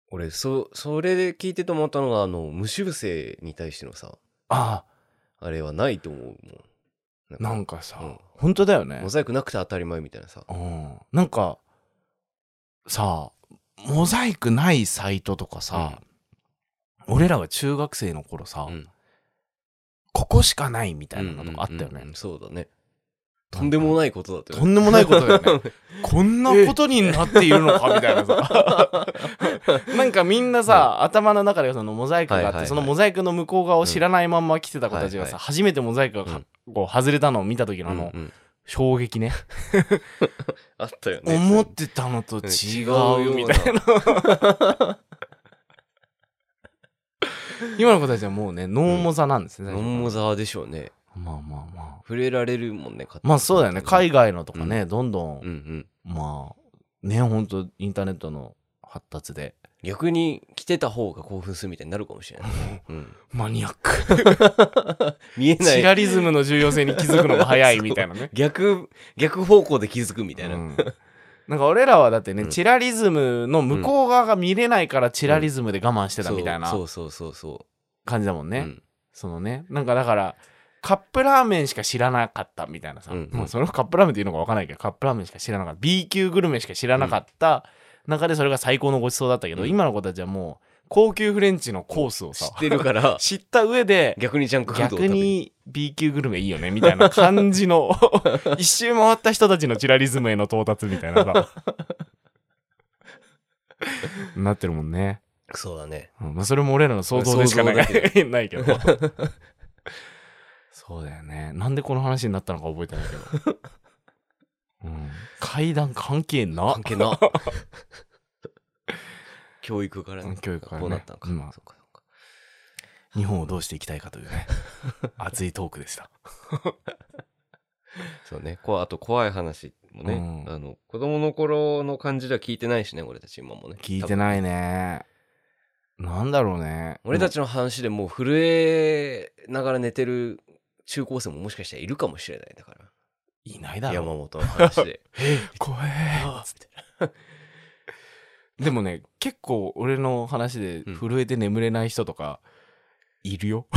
俺そそれで聞いてと思ったのがあの無修正に対してのさ
あ
あれはないと思うもん
あなん
か
かさ
うん
本当だよね
モザイクなくて当たり前みたいなさ
うん、なんかさモザイクないサイトとかさ、俺らが中学生の頃さ、
うん
ここしかないみたいなのとかあったよね、
うんうんうんそうだねとんでもないことだった
とんでもないことだよね こんなことになっているのかみたいなさ なんかみんなさ、頭の中でそのモザイクがあって、
はいはいはい
そのモザイクの向こう側を知らないまんま来てた子たちがさ、
うんはいはい
初めてモザイクがかこう外れたのを見た時のあの
うんうん
衝撃ね、
あったよね
思ってたのと違うみたいな
な
今の子たちはもうねノーモザなんですね、
ノンモザでしょうね
まあまあまあ
触れられるもんね勝手に
まあそうだよね海外のとかね、どんどん、
うんうん
まあねほんとインターネットの発達で
逆に着てた方が興奮するみたいになるかもし れない、うん、
マニアック
見えな
チ
い
ラリズムの重要性に気づくのが早いみたいな ね
逆逆方向で気づくみたいな、
うんなんか俺らはだってね、
うん
チラリズムの向こう側が見れないからチラリズムで我慢してたみたいな
そうそうそうそうそ
感じだもん
う、
ね、
うん
そのねなんかだからカップラーメンしか知らなかったみたいなさ、
うんうん
まあそれをカップラーメンっていうのか分かんないけどカップラーメンしか知らなかった B 級グルメしか知らなかった中でそれが最高のごちそうだったけど、
うん
今の子たちはもう高級フレンチのコースをさ
知って るから
知った上で
逆にジャンクフードを
逆
食べる
に B 級グルメいいよねみたいな感じ の一周回った人たちのチラリズムへの到達みたいな さなってるもんね、
そうだね
うんまあ、それも俺らの想像でしかない
想像だ
ないけどそうだよねなんでこの話になったのか覚えてないけど、 うん、階段関係な
関係な 教育からね
教育からね
こうなったのか、
うん
そうかそうか
日本をどうしていきたいかというね 熱いトークでした
そうねこうあと怖い話もね、
うん
あの子供の頃の感じでは聞いてないしね俺たち今もね
聞いてないねなんだろうね
俺たちの話でもう震えながら寝てる中高生ももしかしたらいるかもしれないだか
いない
ら
だろう
山本の話 で
怖え
ああつって
でもね結構俺の話で
うん
震えて眠れない人とかいるよ、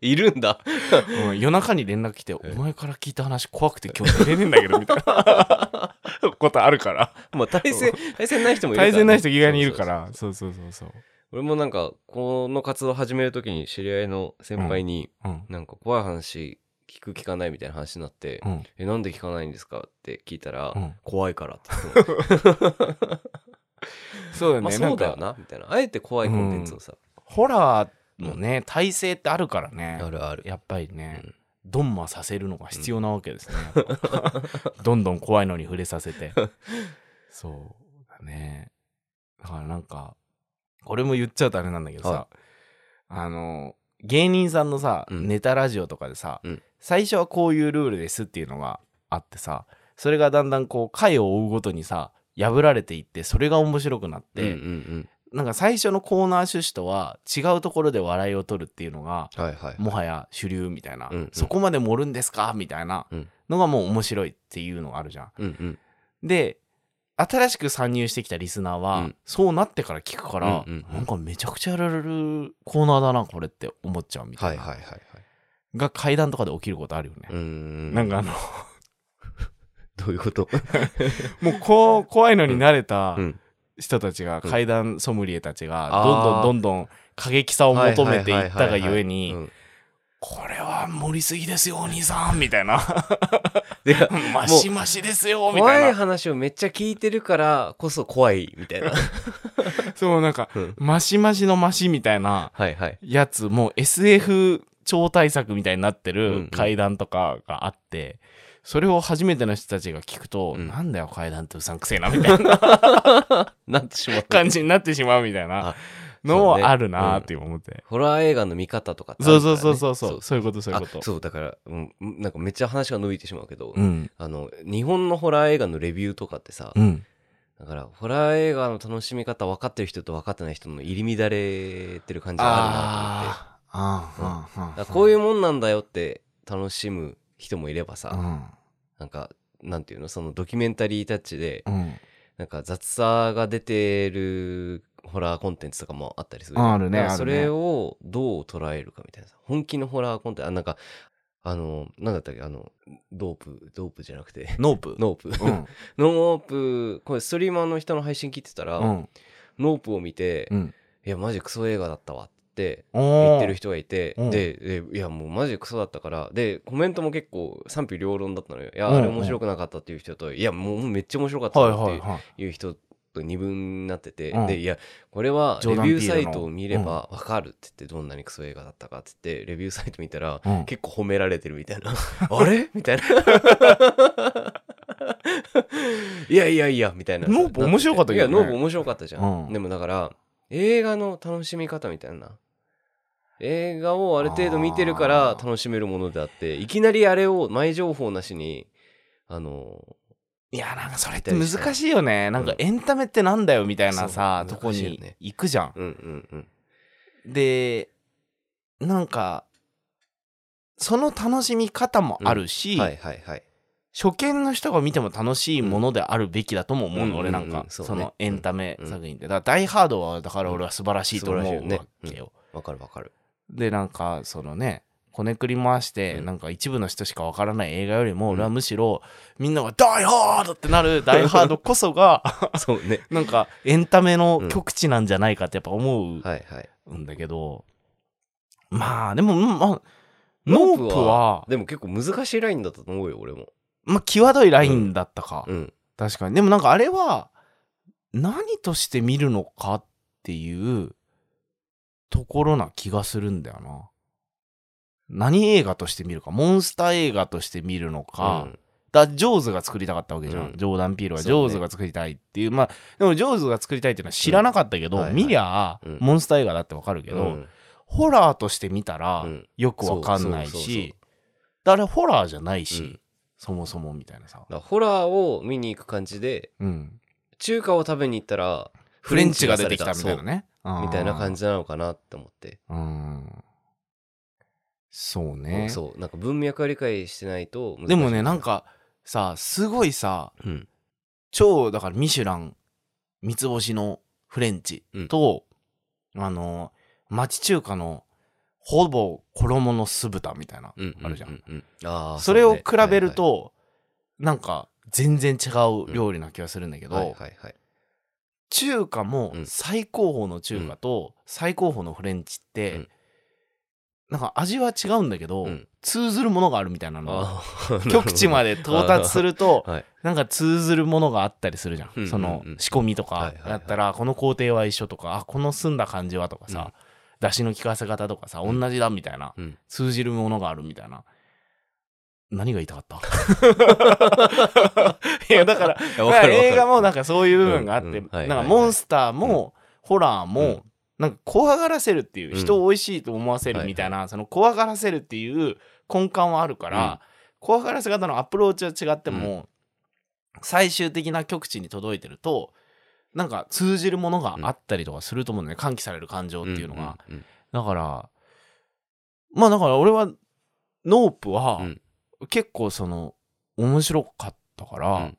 いるんだ
うん夜中に連絡来て「お
え
前から聞いた話怖くて今日寝れねえんだけど」みたいなことあるから
まあ対戦対戦ない人もいるからね、
対戦ない人意外にいるか
そうそう
らそうそうそうそう
そう俺もなんかこの活動始めるときに知り合いの先輩に
うん
なんか怖い話聞く聞かないみたいな話になって
うん
「えなんで聞かないんですか?」って聞いたら
うん
「怖いから」って言って
そうだ
まあ
ね
そ
な
うんだよ
か
なみたいなあえて怖いコンテンツをさ、
ホラーのね体制ってあるからね
あるある
やっぱりね
うん
ドンマさせるのが必要なわけですね、やっぱ どんどん怖いのに触れさせてそうだねだからなんかこれも言っちゃうとあれなんだけどさ、
は
あの芸人さんのさ、
うん
ネタラジオとかでさ、
うん
最初はこういうルールですっていうのがあってさそれがだんだんこう回を追うごとにさ破られていってそれが面白くなって、
うんうん
なんか最初のコーナー趣旨とは違うところで笑いを取るっていうのが
うんはいはい
もはや主流みたいな、
うんうん
そこまで盛るんですかみたいな
うん
のがもう面白いっていうのがあるじゃん。
うんうん
で新しく参入してきたリスナーは、
うん
そうなってから聞くから、
うんうんうん
なんかめちゃくちゃやられるコーナーだなこれって思っちゃうみた
はいい
な、
はいはいはい
が階段とかで起きることあるよね。
うーん
なんかあの
どういうこと
もうこう怖いのに慣れた
うん
人たちが、
うん
階段ソムリエたちが
あ
どんど
ー
んどんどん過激さを求めていったがゆえ
う
に
ん
これは盛りすぎですよお兄さんみたい な
てか
マシマシですよみ
怖
た
い
いな
話をめっちゃ聞いてるからこそ怖いみたいな
そうなんか
うん
マシマシのマシみたいな
はいはい
やつもう SF 超大作みたいになって
うんう
る
ん
階段とかがあって、それを初めての人たちが聞くと、
うん
なんだよ階段ってうさんくせえなみたいな
なってしまった
感じになってしまうみたいな
あ
の
そうね
もあるなーって今思って、
ホラー映画の見方とかってあ
そ
る
う
から
そう
ね
そうそうそうそういうことそういう
あ
こと
そうだから、うん、なんかめっちゃ話が伸びてしまうけど、
うん
あの日本のホラー映画のレビューとかってさ、
うん
だからホラー映画の楽しみ方分かってる人と分かってない人の入り乱れてる感じがあるなと思って
あーあーあーあー
だからこういううもんなんだよって楽しむ人もいればさ、
ん
なんかなんていうのそのドキュメンタリータッチで
うん
なんか雑さが出てるホラーコンテンツとかもあったりする
あるね
だから
あるね
それをどう捉えるかみたいなさ本気のホラーコンテンツあなんかあのなんだったっけあのドープドープじゃなくて
ノープ
ノープ、
うん
ノープこれストリーマーの人の配信聞いてたら、
うん
ノープを見て、
うん
いやマジクソ映画だったわって言
言
ってる人がいて
うん
ででいやもうマジクソだったからでコメントも結構賛否両論だったのよいや
うん
あれ面白くなかったっていう人といやもうめっちゃ面白かった
はい
わっ
はい
て
はい
いう人と二分になってて、
うん
でいやこれは
ジョー
レ
ダンピー
ビュ
ルの
ーサイトを見ればわかるって言ってどんなにクソ映画だったかって言ってレビューサイト見たら
うん
結構褒められてるみたいな あれみたいな いやいやいやみたいな
ノープ面白かったけどね
いやノープ面白かったじゃん、
うん
でもだから映画の楽しみ方みたいな映画をある程度見てるから楽しめるものであっていきなりあれを前情報なしにあの
いやなんかそれって難しいよねなんかエンタメってなんだよみたいなさ、
そう
とこ
難しいよ
に
ね
行くじゃん、
うんうんうん
でなんかその楽しみ方もあるし、
はいはいはい。
初見の人が見ても楽しいものであるべきだとも思うの、
うん
俺なんか、
うんうんそうね
そのエンタメ作品ってだから「ダイ・ハード」はだから俺は素晴らしいと思うわけよ、
わかるわかる。
でなんかそのねこねくり回して、
うん
なんか一部の人しかわからない映画よりも、俺はむしろみんなが「ダイハード!」ってなる「ダイハード」こ そが
そうね。
なんかエンタメの
うん
極致なんじゃないかってやっぱ思
はいはい。
うんだけど、まあでも、うんまあ、ノ
ノ
ープ
ープは
は
でも結構難しいラインだったと思うよ、俺も。
まあ際どいラインだったか、
うん。
確かにでもなんかあれは何として見るのかっていうところな気がするんだよな何映画として見るかモンスター映画として見るのか、
うん
だジョーズが作りたかったわけじゃん、
うん
ジョーダン・ピールはジ
そう
ョー
ね
ズが作りたいっていうまあでもジョーズが作りたいっていうのは知らなかったけど、
うんはいはい
見りゃ
うん
モンスター映画だってわかるけど、
うん
ホラーとして見たら
うん
よくわかんない
そうそうそうそう
しだからホラーじゃないし、
うん
そもそもみたいなさ
だ、からホラーを見に行く感じで、
うん、
中華を食べに行ったら、
フレンチが出てきたみたいなね
そう。みたいな感じなのかなって思って。
うんそうね
そう。なんか文脈は理解してないと難しい
でもねなん、かさすごいさ
うん。
超だからミシュラン三つ星のフレンチと、あの町中華のほぼ衣の酢豚みたいな、
うう
あるじゃん、
ううあー
それを比
うね
べると、なんか全然違う料理な気がするんだけど、
はいはいはいはい
中華も
うん
最高峰の中華と最高峰のフレンチって、
うん
なんか味は違うんだけど、
うん
通ずるものがあるみたいなのが
あー
極致ま
で
で到達すると
はい
なんか通ずるものがあったりするじゃん、
うんうんうん
その仕込みと
はい
か
はいはい
だったらこの工程は一緒とかあこの澄んだ感じはとかさ、出汁の効かせ方とかさ
ん
同じだみたいな、
うん
通じるものがあるみたいな何が言いたかった いやだから
いやわかるわかる
映画もなんかそういう部分があって、
うんうんはいはいはい
なんかモンスターもホラーも、
うん
なんか怖がらせるっていう、
うん
人を美味しいと思わせるみたいな、その怖がらせるっていう根幹はあるから、怖がらせ方のアプローチは違っても、最終的な極致に届いてるとなんか通じるものがあったりとかすると思うんだよね、喚起される感情っていうのが、
んうん
だからまあだから俺はノープは
うん
結構その面白かったから、
うん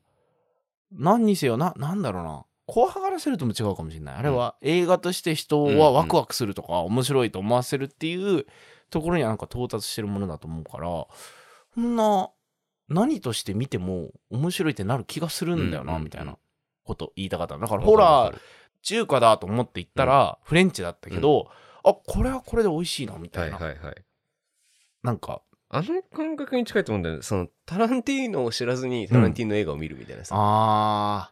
何にせよななんだろうな怖がらせるとも違うかもしれないあれは映画として人はワクワクするとか面白いと思わせるっていうところにはなんか到達してるものだと思うからそんな何として見ても面白いってなる気がするんだよ
うんうん
な
うん
みたいなこと言いたかっただか
う
ら
ん
ホラー
わかるわか
中華だと思って行ったら、フレンチだったけど、あこれはこれで美味しいなみたい
る
な、
はいはいはい
なんか
あの感覚に近いと思うんだよねそのタランティーノを知らずにタランティーノ映画を見るみたいなさ、
あ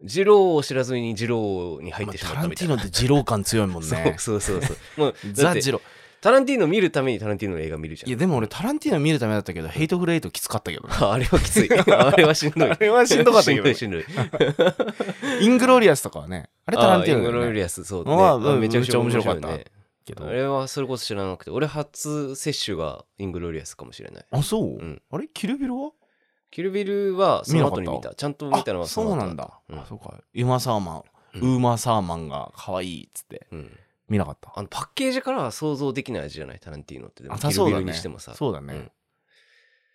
ジローを知らずにジローに
ー、
入ってし
まあタ
ま
ラ
った
ン
み
ティー
たい
ノ
な、
って二郎感強いもん ね
そうそうそうそうもうだっ
ザ・
て
ジロ
タランティーノ見るためにタランティーノの映画見るじゃ
い
ん
やでも俺タランティーノ見るためだったけどヘイトフレイトきつかったけど ね
ああれはきついあれはしんどい
れは
しん どいしんどい
イングローリアスとかはねあれタランティーノ
あ
だ
イング
よ
ロ
ね
リアスそう
まあ
ね
うん
めちゃくちゃ面白かっ
めちゃ
た
くちゃ面白い
ね
ねけど
あれはそれこそ知らなくて俺初接種がイングロリアスかもしれない
あそう、
ん
あれキルビルは
キルビルはその後
見
に見
なか
たちゃんと見たのは
あそうなんだ、
うん
あそうかウマサーマン、
うん
ウーマサーマンが可愛いっつって
うん
見なかった
あのパッケージからは想像できない味じゃないタランティーノってでも
あ
キル
そう
ビ
だ
ル
ね
にしてもさ
そうだね、
うん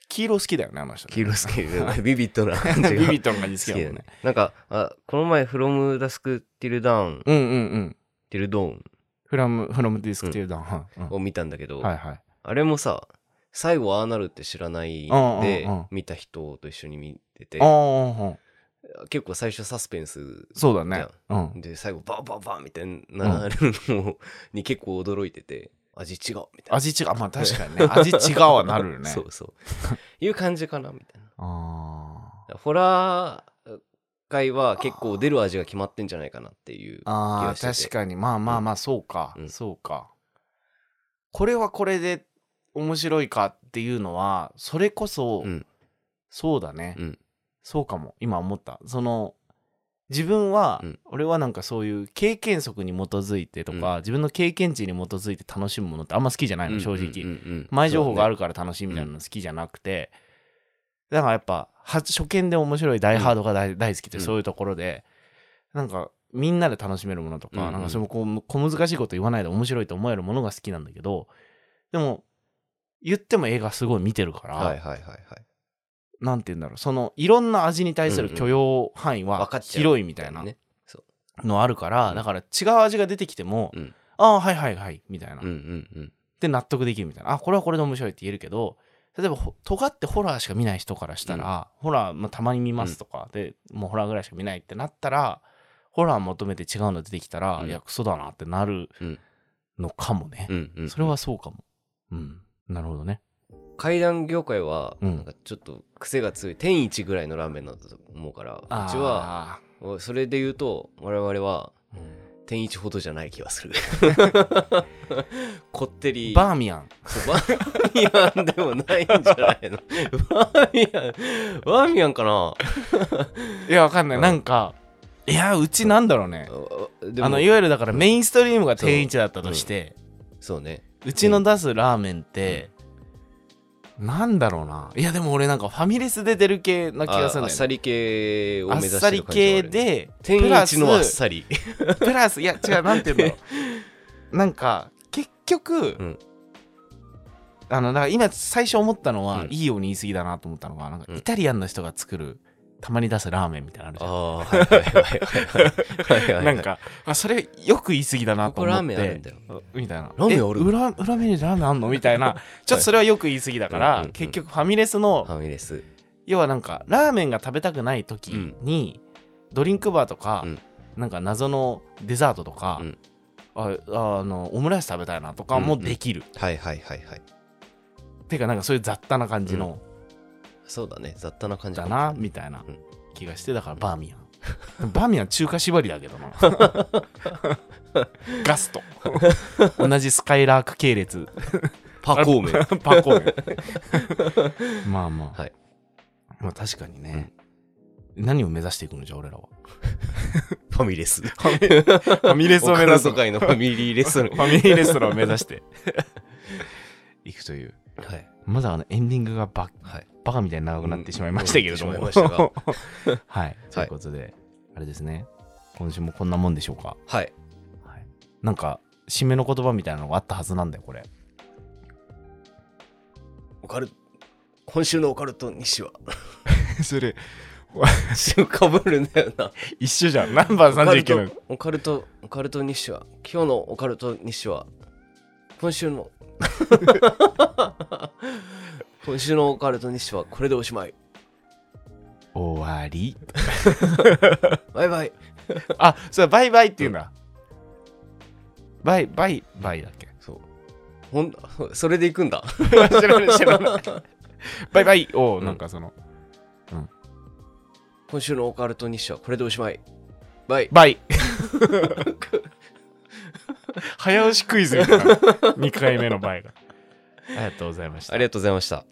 黄色好きだよねあの人ね
黄色好きでビビッドな感じ
ビ
が
ビットの感じ好きだもんね。
なんかあこの前「フロムダスクティルダウン
うんうんうん。
ティルドーン
フラム、フラムディスクティーダウン。はいうん
を見たんだけど、
はいはい。
あれもさ最後ああなるって知らない
うんうんうん
で見た人と一緒に見てて
ああ、うん
結構最初サスペンス
そうだね。うん。
で最後バンバンバンみたいになるのに結構驚いてて味違うみたいな
味違う。まあ確かにね。味違うはなるよね。
そうそういう感じかなみたい
あ
なホラー界は結構出る味が決まってんじゃないかなっていう
あ。ああ、
気がして
確
て
かに。まあまあまあ、そうか
う。ん
そうか。これはこれで面白いかっていうのは、それこそ
うん、
そうだね
う。ん
そうかも。今思った。その、自分は
うん、
俺はなんかそういう経験則に基づいてとか、自分の経験値に基づいて楽しむものってあんま好きじゃないの、正直。前情報があ
る
るから楽しいみたいなの好きじゃなくて、だからやっぱは初見で面白い「ダイ・ハード」が大,、大好きって
うん
そういうところで、なんかみんなで楽しめるものとか、
うんうん
なんかそれもこう小難しいこと言わないで面白いと思えるものが好きなんだけどでも言っても映画すごい見てるから、
はいはいはいはい
なんて言うんだろうそのいろんな味に対する許容範囲
分
は
かっちゃう
広いみたいな
ね
のあるから、
うん
だから違う味が出てきても、
うん
ああはいはいはいみたいな
うんうんうん
で納得できるみたいなあこれはこれで面白いって言えるけど例えばほ尖ってホラーしか見ない人からしたら、ホラー、まあ、たまに見ますとか、でもうホラーぐらいしか見ないってなったらホラー求めて違うの出てきたら、
うん
いやクソだなってなる
うん
のかもね、
うんうん
それはそうかもうんなるほどね
階段業界は
うん
なんかちょっと癖が強い天一ぐらいのラーメンなんだと思うからうちは
あ
それで言うと我々は
ー、
天一ほどじゃない気がするこって
うん
り
バーミヤン
そうバーミヤンでもないんじゃないの バーミヤンバーミヤンかない
やわかんない、
うん
なんかいやうちなんだろうね、
でも
あのいわゆるだからメインストリームが定位置だったとして、
そうね
うちの出すラーメンって、なんだろうないやでも俺なんかファミレスで出る系な気がする
あ
ん
あっ
だよ
さ
ね
り系を
あ
目
っ
指してる
さり
感じはあ
系
る
で
天
プラ
一のあっ
ス
さり
プラスいや違うなんて言うんだろ うなんか結局、
うん
あのだから今最初思ったのは、
うん
いいように言い過ぎだなと思ったのがなんか
うん
イタリアンの人が作るたまに出すラーメンみたいなのあるじ
あ
ゃん
あはいはいはいはいはいはいはい
なんかあそれよく言い過ぎだな
ことこ
思って
ラーメンあるんだよ
みたいな。
ラーメンある
え裏裏メニューでラーメンあんのみたいな。ちょっとそれはよく言い過ぎだから、
うんうんうん
結局ファミレスの、
ファミレス
要はなんか、ラーメンが食べたくない時に、ドリンクバーとか、
うん
なんか謎のデザートとか、
うん
ああのオムライス食べたいなとかもできる。
はいはいはいはい
てか、なんかそういう雑多な感じの、
そうだね雑多な感じ
だな、みたいな
うん
気がして、だからバーミヤン。 バーミヤン中華縛りだけど な。ガスト。同じスカイラーク系列。
パコーメ ン
パコーメ ンまあまあ、
はい
まあ確かにね、何を目指していくのじゃあ俺らは
ファミレス フ
ファミレ
ァミレス
ファ
界のファミリーレ ストラン
ミリーレストランを目指して いくという
はい
まだあのエンディングがバ
はい
バカみたいに長くなってしまいましたけれども、
うんうんなってしまいま
はいということで、あれですね今週もこんなもんでしょうか、
はい
はい、なんか締めの言葉みたいなのがあったはずなんだよこれ
オカルト今週のオカルト西は
それ
かぶるんだよな
一緒じゃんナンバ
オ
ー
カル
39の
トオカルトオカルト西は今日のオカルト西は今週の 今週のオカルト西はこれでおしまい
終わり
バイバイ
あ、それバイバイって言うんだ。バイバイバイだっ け
そうほんそれで行くんだ
知らない知らない。バイバイを、なんかその、
今週のオカルト西はこれでおしまいバイ
バ イ早押しクイズみたいな。2回目のバイが。ありがとうございました
あ。りがとうございました